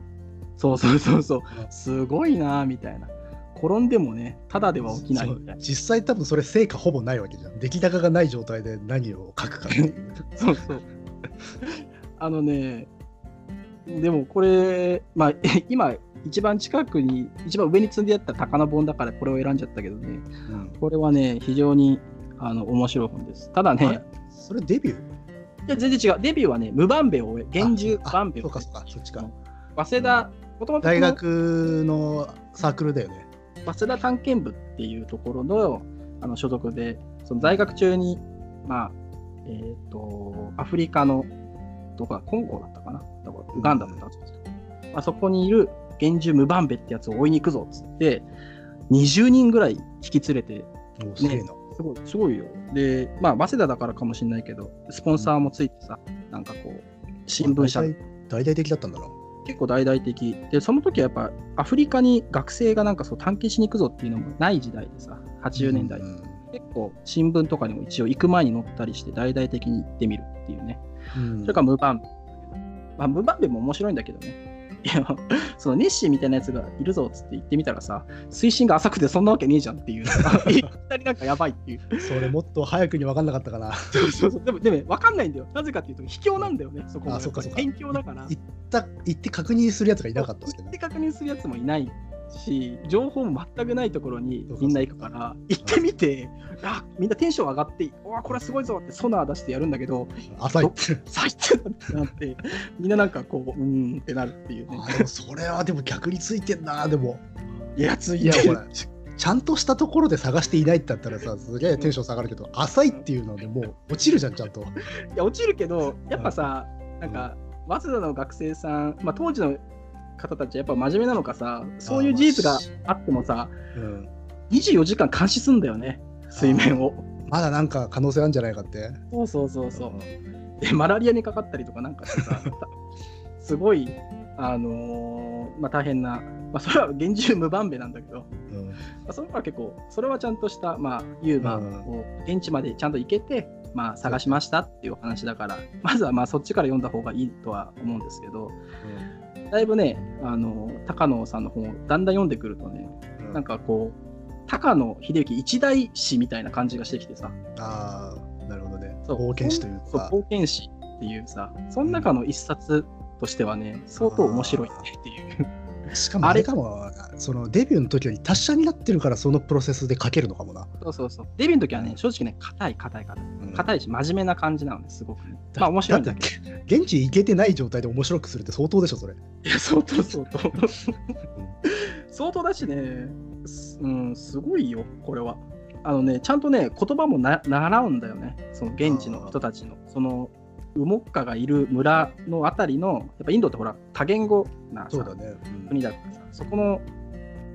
[SPEAKER 1] そうそうそうそう
[SPEAKER 2] う。ん
[SPEAKER 1] すごいなみたいな。転んでもね、ただでは起きないみたい
[SPEAKER 2] そう実際多分それ成果 ほぼないわけじゃん出来高がない状態で何を書くかっていう
[SPEAKER 1] な。そうそう。あのね、でもこれ、まあ、 今、一番近くに、一番上に積んであった高菜本だから、これを選んじゃったけどね、
[SPEAKER 2] うん
[SPEAKER 1] これはね、非常にあの面白い本です。ただ
[SPEAKER 2] あ
[SPEAKER 1] ね
[SPEAKER 2] れ、それデビュー
[SPEAKER 1] いや全然違う、デビューはね、無番兵を終え、厳重
[SPEAKER 2] あ
[SPEAKER 1] バンベ
[SPEAKER 2] そ
[SPEAKER 1] を
[SPEAKER 2] うかそうか、そっちか。
[SPEAKER 1] 早稲田、もともと
[SPEAKER 2] 大学のサークルだよね。
[SPEAKER 1] 早稲田探検部っていうところのあの所属で、その在学中に、まあ、えっ、と、アフリカの、どこだ、コンゴだったかな、どこウガンダだったかなまあ、そこにいる厳重ムバンベってやつを追いに行くぞっつって、20人ぐらい引き連れて、
[SPEAKER 2] おうすげえな。
[SPEAKER 1] すごい、すごいよ。で、まあ、早稲田だからかもしれないけど、スポンサーもついてさ、なんかこう、新聞社
[SPEAKER 2] 大々大々的だったんだな。
[SPEAKER 1] 結構大々的でその時はやっぱアフリカに学生がなんかそう探検しに行くぞっていうのもない時代でさ80年代、
[SPEAKER 2] うん
[SPEAKER 1] 結構新聞とかにも一応行く前に載ったりして大々的に行ってみるっていうね、
[SPEAKER 2] うん
[SPEAKER 1] それからムバンベ、まあ、ムバンベも面白いんだけどねいやそのネッシーみたいなやつがいるぞっつって行ってみたらさ水深が浅くてそんなわけねえじゃんっていういきなりなんかやばいっていう
[SPEAKER 2] それもっと早くに分かんなかったかな。
[SPEAKER 1] そうそうそうでもでも分かんないんだよなぜかっていうと卑怯なんだよねそこも
[SPEAKER 2] あそっかそっか
[SPEAKER 1] 勉強だから
[SPEAKER 2] いった行って確認するやつがいなかったわけ
[SPEAKER 1] 行っ
[SPEAKER 2] ね
[SPEAKER 1] て。確認するやつもいないし情報も全くないところに
[SPEAKER 2] そうか
[SPEAKER 1] みんな行くから行ってみて、あみんなテンション上がって「うわこれはすごいぞ」ってソナー出してやるんだけど
[SPEAKER 2] 浅い。
[SPEAKER 1] 最低だってなってみんななんかこううーんってなるっていうね
[SPEAKER 2] あでもそれはでも逆についてんな、でも。
[SPEAKER 1] いやつい
[SPEAKER 2] いや、
[SPEAKER 1] てる
[SPEAKER 2] ほら、ちちゃんとしたところで探していないってだったらさ、すげえテンション下がるけど、浅いっていうのでもう落ちるじゃん、ちゃんと。
[SPEAKER 1] いや落ちるけどやっぱさ、なんか早稲田の学生さん、まあ、当時の方たちはやっぱ真面目なのかさそういう事実があってもさ
[SPEAKER 2] うん
[SPEAKER 1] 24時間監視すんだよね水面を。
[SPEAKER 2] まだなんか可能性あるんじゃないかって。
[SPEAKER 1] そうそうそうそう。でマラリアにかかったりとかなんかして さすごいあのーまあ大変な、まあ、それは厳重無番兵なんだけど、ま
[SPEAKER 2] うん
[SPEAKER 1] あ、それは結構それはちゃんとした、まあ、ユーマ
[SPEAKER 2] うん
[SPEAKER 1] を現地までちゃんと行けて、まあ、探しましたっていうお話だからまずはまあそっちから読んだ方がいいとは思うんですけどだいぶねあのー高野さんの本をだんだん読んでくるとね
[SPEAKER 2] うん
[SPEAKER 1] なんかこう高野秀幸一大師みたいな感じがしてきてさ
[SPEAKER 2] ああ、なるほどね。
[SPEAKER 1] そう
[SPEAKER 2] 冒険師という
[SPEAKER 1] そう
[SPEAKER 2] か。
[SPEAKER 1] 冒険誌っていうさその中の一冊としてはね、相当面白いねっていう
[SPEAKER 2] しかも
[SPEAKER 1] あ
[SPEAKER 2] あ
[SPEAKER 1] れ
[SPEAKER 2] れかも、そのデビューの時より達者になってるから、そのプロセスで書けるのかもな。
[SPEAKER 1] そうそうそうデビューの時はね正直ね硬い硬い硬い
[SPEAKER 2] うん
[SPEAKER 1] 硬いし真面目な感じなのですごくねまあ面白いんだけど
[SPEAKER 2] だって現地行けてない状態で面白くするって相当でしょそれ、
[SPEAKER 1] いや相当相当相当だしねすうんすごいよこれはあのねちゃんとね言葉もな習うんだよねその現地の人たちのそのウモッカがいる村のあたりのやっぱインドってほら多言語なさ
[SPEAKER 2] そうだね、
[SPEAKER 1] 国だからさそこの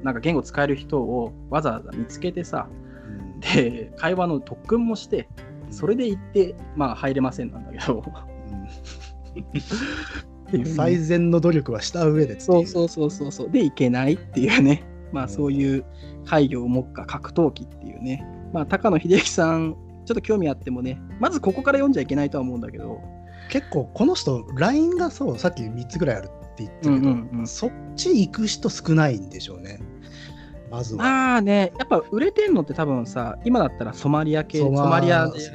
[SPEAKER 1] なんか言語使える人をわざわざ見つけてさ
[SPEAKER 2] うん
[SPEAKER 1] で会話の特訓もしてそれで行ってまあ入れませんなんだけどって
[SPEAKER 2] う
[SPEAKER 1] い
[SPEAKER 2] ん
[SPEAKER 1] う
[SPEAKER 2] 最善の努力はした上でってい
[SPEAKER 1] そうそうそうそうそうで行けないっていうねまあそういう怪魚を目下格闘技っていうねまあ高野秀樹さんちょっと興味あってもねまずここから読んじゃいけないとは思うんだけど
[SPEAKER 2] 結構この人 LINE がそうさっき3つぐらいあるって言ってるけど、
[SPEAKER 1] うんうんうん
[SPEAKER 2] そっち行く人少ないんでしょうねまずは、
[SPEAKER 1] まあねやっぱ売れてんのって多分さ今だったらソマリア系ソマリアで
[SPEAKER 2] そ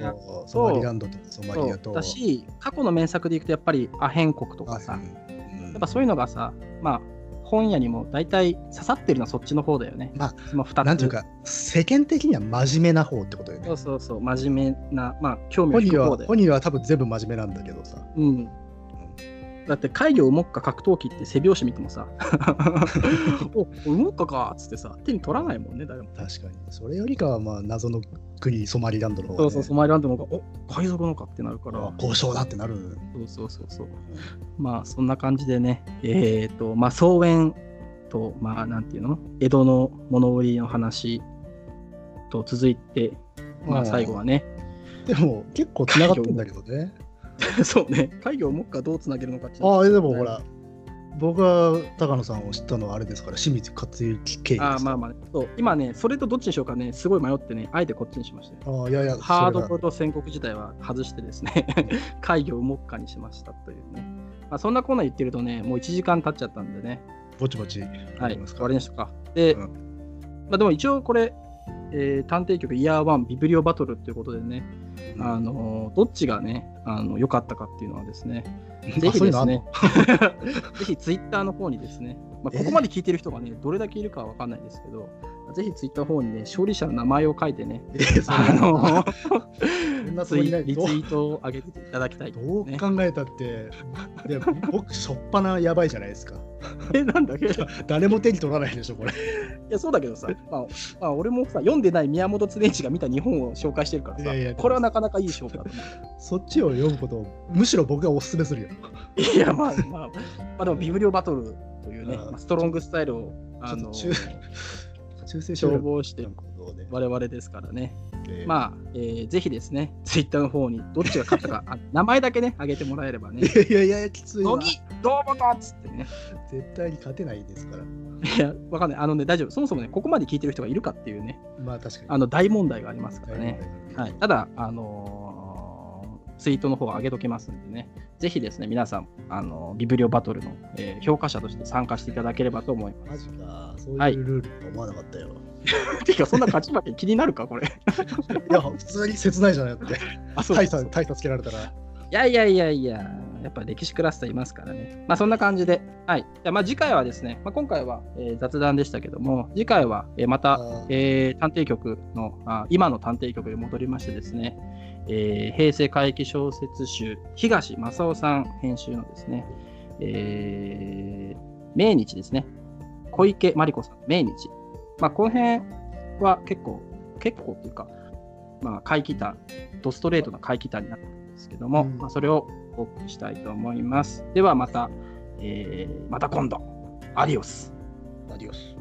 [SPEAKER 2] うソマリランドとかソマリア
[SPEAKER 1] そ
[SPEAKER 2] と
[SPEAKER 1] うだし過去の名作でいくとやっぱりアヘン国とかさ、
[SPEAKER 2] あうん
[SPEAKER 1] やっぱそういうのがさまあ本屋にも大体刺さってるのはそっちの方だよね、
[SPEAKER 2] まあ
[SPEAKER 1] その2つ
[SPEAKER 2] なんていうか世間的には真面目な方ってことよね
[SPEAKER 1] そうそうそう真面目なまあ興味を
[SPEAKER 2] 本
[SPEAKER 1] 引
[SPEAKER 2] 人
[SPEAKER 1] く
[SPEAKER 2] は
[SPEAKER 1] 方だよ
[SPEAKER 2] 本人は多分全部真面目なんだけどさ
[SPEAKER 1] うん、だって怪魚ウモッカ格闘技って背拍子見ても さおウモッカかっつってさ手に取らないもんね誰も
[SPEAKER 2] 確かにそれよりかはまあ謎の国ソマリランドの方
[SPEAKER 1] そ
[SPEAKER 2] がね
[SPEAKER 1] うそうソマイランドの方がお海賊のかってなるから、
[SPEAKER 2] あ交渉だってなる
[SPEAKER 1] そうそうそうそう。まあそんな感じでね、えっ、と、まあ草原と、まあなんていうの江戸の物売りの話と続いて、ま
[SPEAKER 2] う
[SPEAKER 1] あ
[SPEAKER 2] ん
[SPEAKER 1] 最後はね、
[SPEAKER 2] でも結構繋がってんだけどね
[SPEAKER 1] そうね、会議をもっかどうつなげるのかっていうの
[SPEAKER 2] ああでもほら僕が高野さんを知ったのはあれですから清水克之経由
[SPEAKER 1] あ
[SPEAKER 2] で
[SPEAKER 1] ー
[SPEAKER 2] す
[SPEAKER 1] まあまあ、そう今ね、それとどっちにしようかね、すごい迷ってね、あえてこっちにしましたよ。
[SPEAKER 2] ああいやいや
[SPEAKER 1] ハード
[SPEAKER 2] そ
[SPEAKER 1] ボー
[SPEAKER 2] れ
[SPEAKER 1] ルド戦国時代は外してですね、 会議をもっかにしましたというね。まあ、そんなコーナー言ってるとね、もう1時間経っちゃったんでね、
[SPEAKER 2] がぼちぼち
[SPEAKER 1] は
[SPEAKER 2] あ
[SPEAKER 1] い、
[SPEAKER 2] ります
[SPEAKER 1] 終
[SPEAKER 2] か
[SPEAKER 1] わりましたか。で、
[SPEAKER 2] うん
[SPEAKER 1] まあ、でも一応これ、えー探偵局イヤー1ビブリオバトルということでね、あのーどっちがね、あの良かったかっていうのはですね、ぜひで
[SPEAKER 2] あ
[SPEAKER 1] す
[SPEAKER 2] そういう
[SPEAKER 1] ね、 ぜひツイッターの方にですね、まあ、
[SPEAKER 2] え
[SPEAKER 1] ここまで聞いてる人がね、どれだけいるかは分かんないですけど、ぜひツイッターの方にね、勝利者の名前を書いてね、
[SPEAKER 2] え ーそれ
[SPEAKER 1] あの
[SPEAKER 2] そんなつ
[SPEAKER 1] ツ
[SPEAKER 2] も
[SPEAKER 1] イ
[SPEAKER 2] りない
[SPEAKER 1] リツイ
[SPEAKER 2] どう
[SPEAKER 1] ートを上げていただきたい です、ね。
[SPEAKER 2] どう考えたって、で僕、しょっぱなやばいじゃないですか。
[SPEAKER 1] えなんだっけい
[SPEAKER 2] 誰も手に取らないでしょ、これ。
[SPEAKER 1] やそうだけどさ、まあまあ、俺もさ読んでない宮本恒一が見た日本を紹介してるからさ
[SPEAKER 2] いやいや
[SPEAKER 1] これはなかなかいい紹介だと思
[SPEAKER 2] そっちを読むことを、むしろ僕がおすすめするよ。
[SPEAKER 1] ういやまあまあ、まあ、でもビブリオバトルというね、
[SPEAKER 2] う
[SPEAKER 1] ま
[SPEAKER 2] ん
[SPEAKER 1] あストロングスタイルをあの
[SPEAKER 2] ちょっと中中世
[SPEAKER 1] 消防して
[SPEAKER 2] て
[SPEAKER 1] る
[SPEAKER 2] ことをね。
[SPEAKER 1] 我々ですからね、
[SPEAKER 2] えー
[SPEAKER 1] まあ、えーぜひですねツイッターの方にどっちが勝 ったかあ名前だけね上げてもらえればね
[SPEAKER 2] いやいやいや、きついわ
[SPEAKER 1] 乃。木どうもとっつってね
[SPEAKER 2] 絶対に勝てないですから。
[SPEAKER 1] いやわかんないあのね大丈夫そもそもねここまで聞いてる人がいるかっていうね
[SPEAKER 2] まあ確かに。
[SPEAKER 1] あの大問題がありますからね、
[SPEAKER 2] は
[SPEAKER 1] はいい、ただ、あのーツイートの方は上げときますんでね、ぜひですね、皆さん、あのービブリオバトルの、えー評価者として参加していただければと思いま
[SPEAKER 2] マジか、そう
[SPEAKER 1] はい
[SPEAKER 2] いうルールと思わなかったよ。
[SPEAKER 1] す。てか、そんな勝ち負け気になるか、これ。
[SPEAKER 2] いや、普通に切ないじゃないって。
[SPEAKER 1] あ、 そう
[SPEAKER 2] 大
[SPEAKER 1] い
[SPEAKER 2] 差、大差つけられたら。
[SPEAKER 1] やいやいやいや、やっぱ歴史クラスターいますからね。まあ、そんな感じで、はい。じゃあまあ、次回はですね、まあ、今回は、えー雑談でしたけども、次回は、えーまた、
[SPEAKER 2] あー
[SPEAKER 1] えー探偵局のあ今の探偵局に戻りましてですね、えー平成怪奇小説集東正夫さん編集のですね、えー命日ですね小池真理子さん命日、まあ、この辺は結構結構というか、まあ、怪奇譚ドストレートな怪奇譚になってるんですけども、
[SPEAKER 2] うん
[SPEAKER 1] まあ、それをお送りしたいと思いますではまた、えーまた今度アディオス
[SPEAKER 2] アディオス。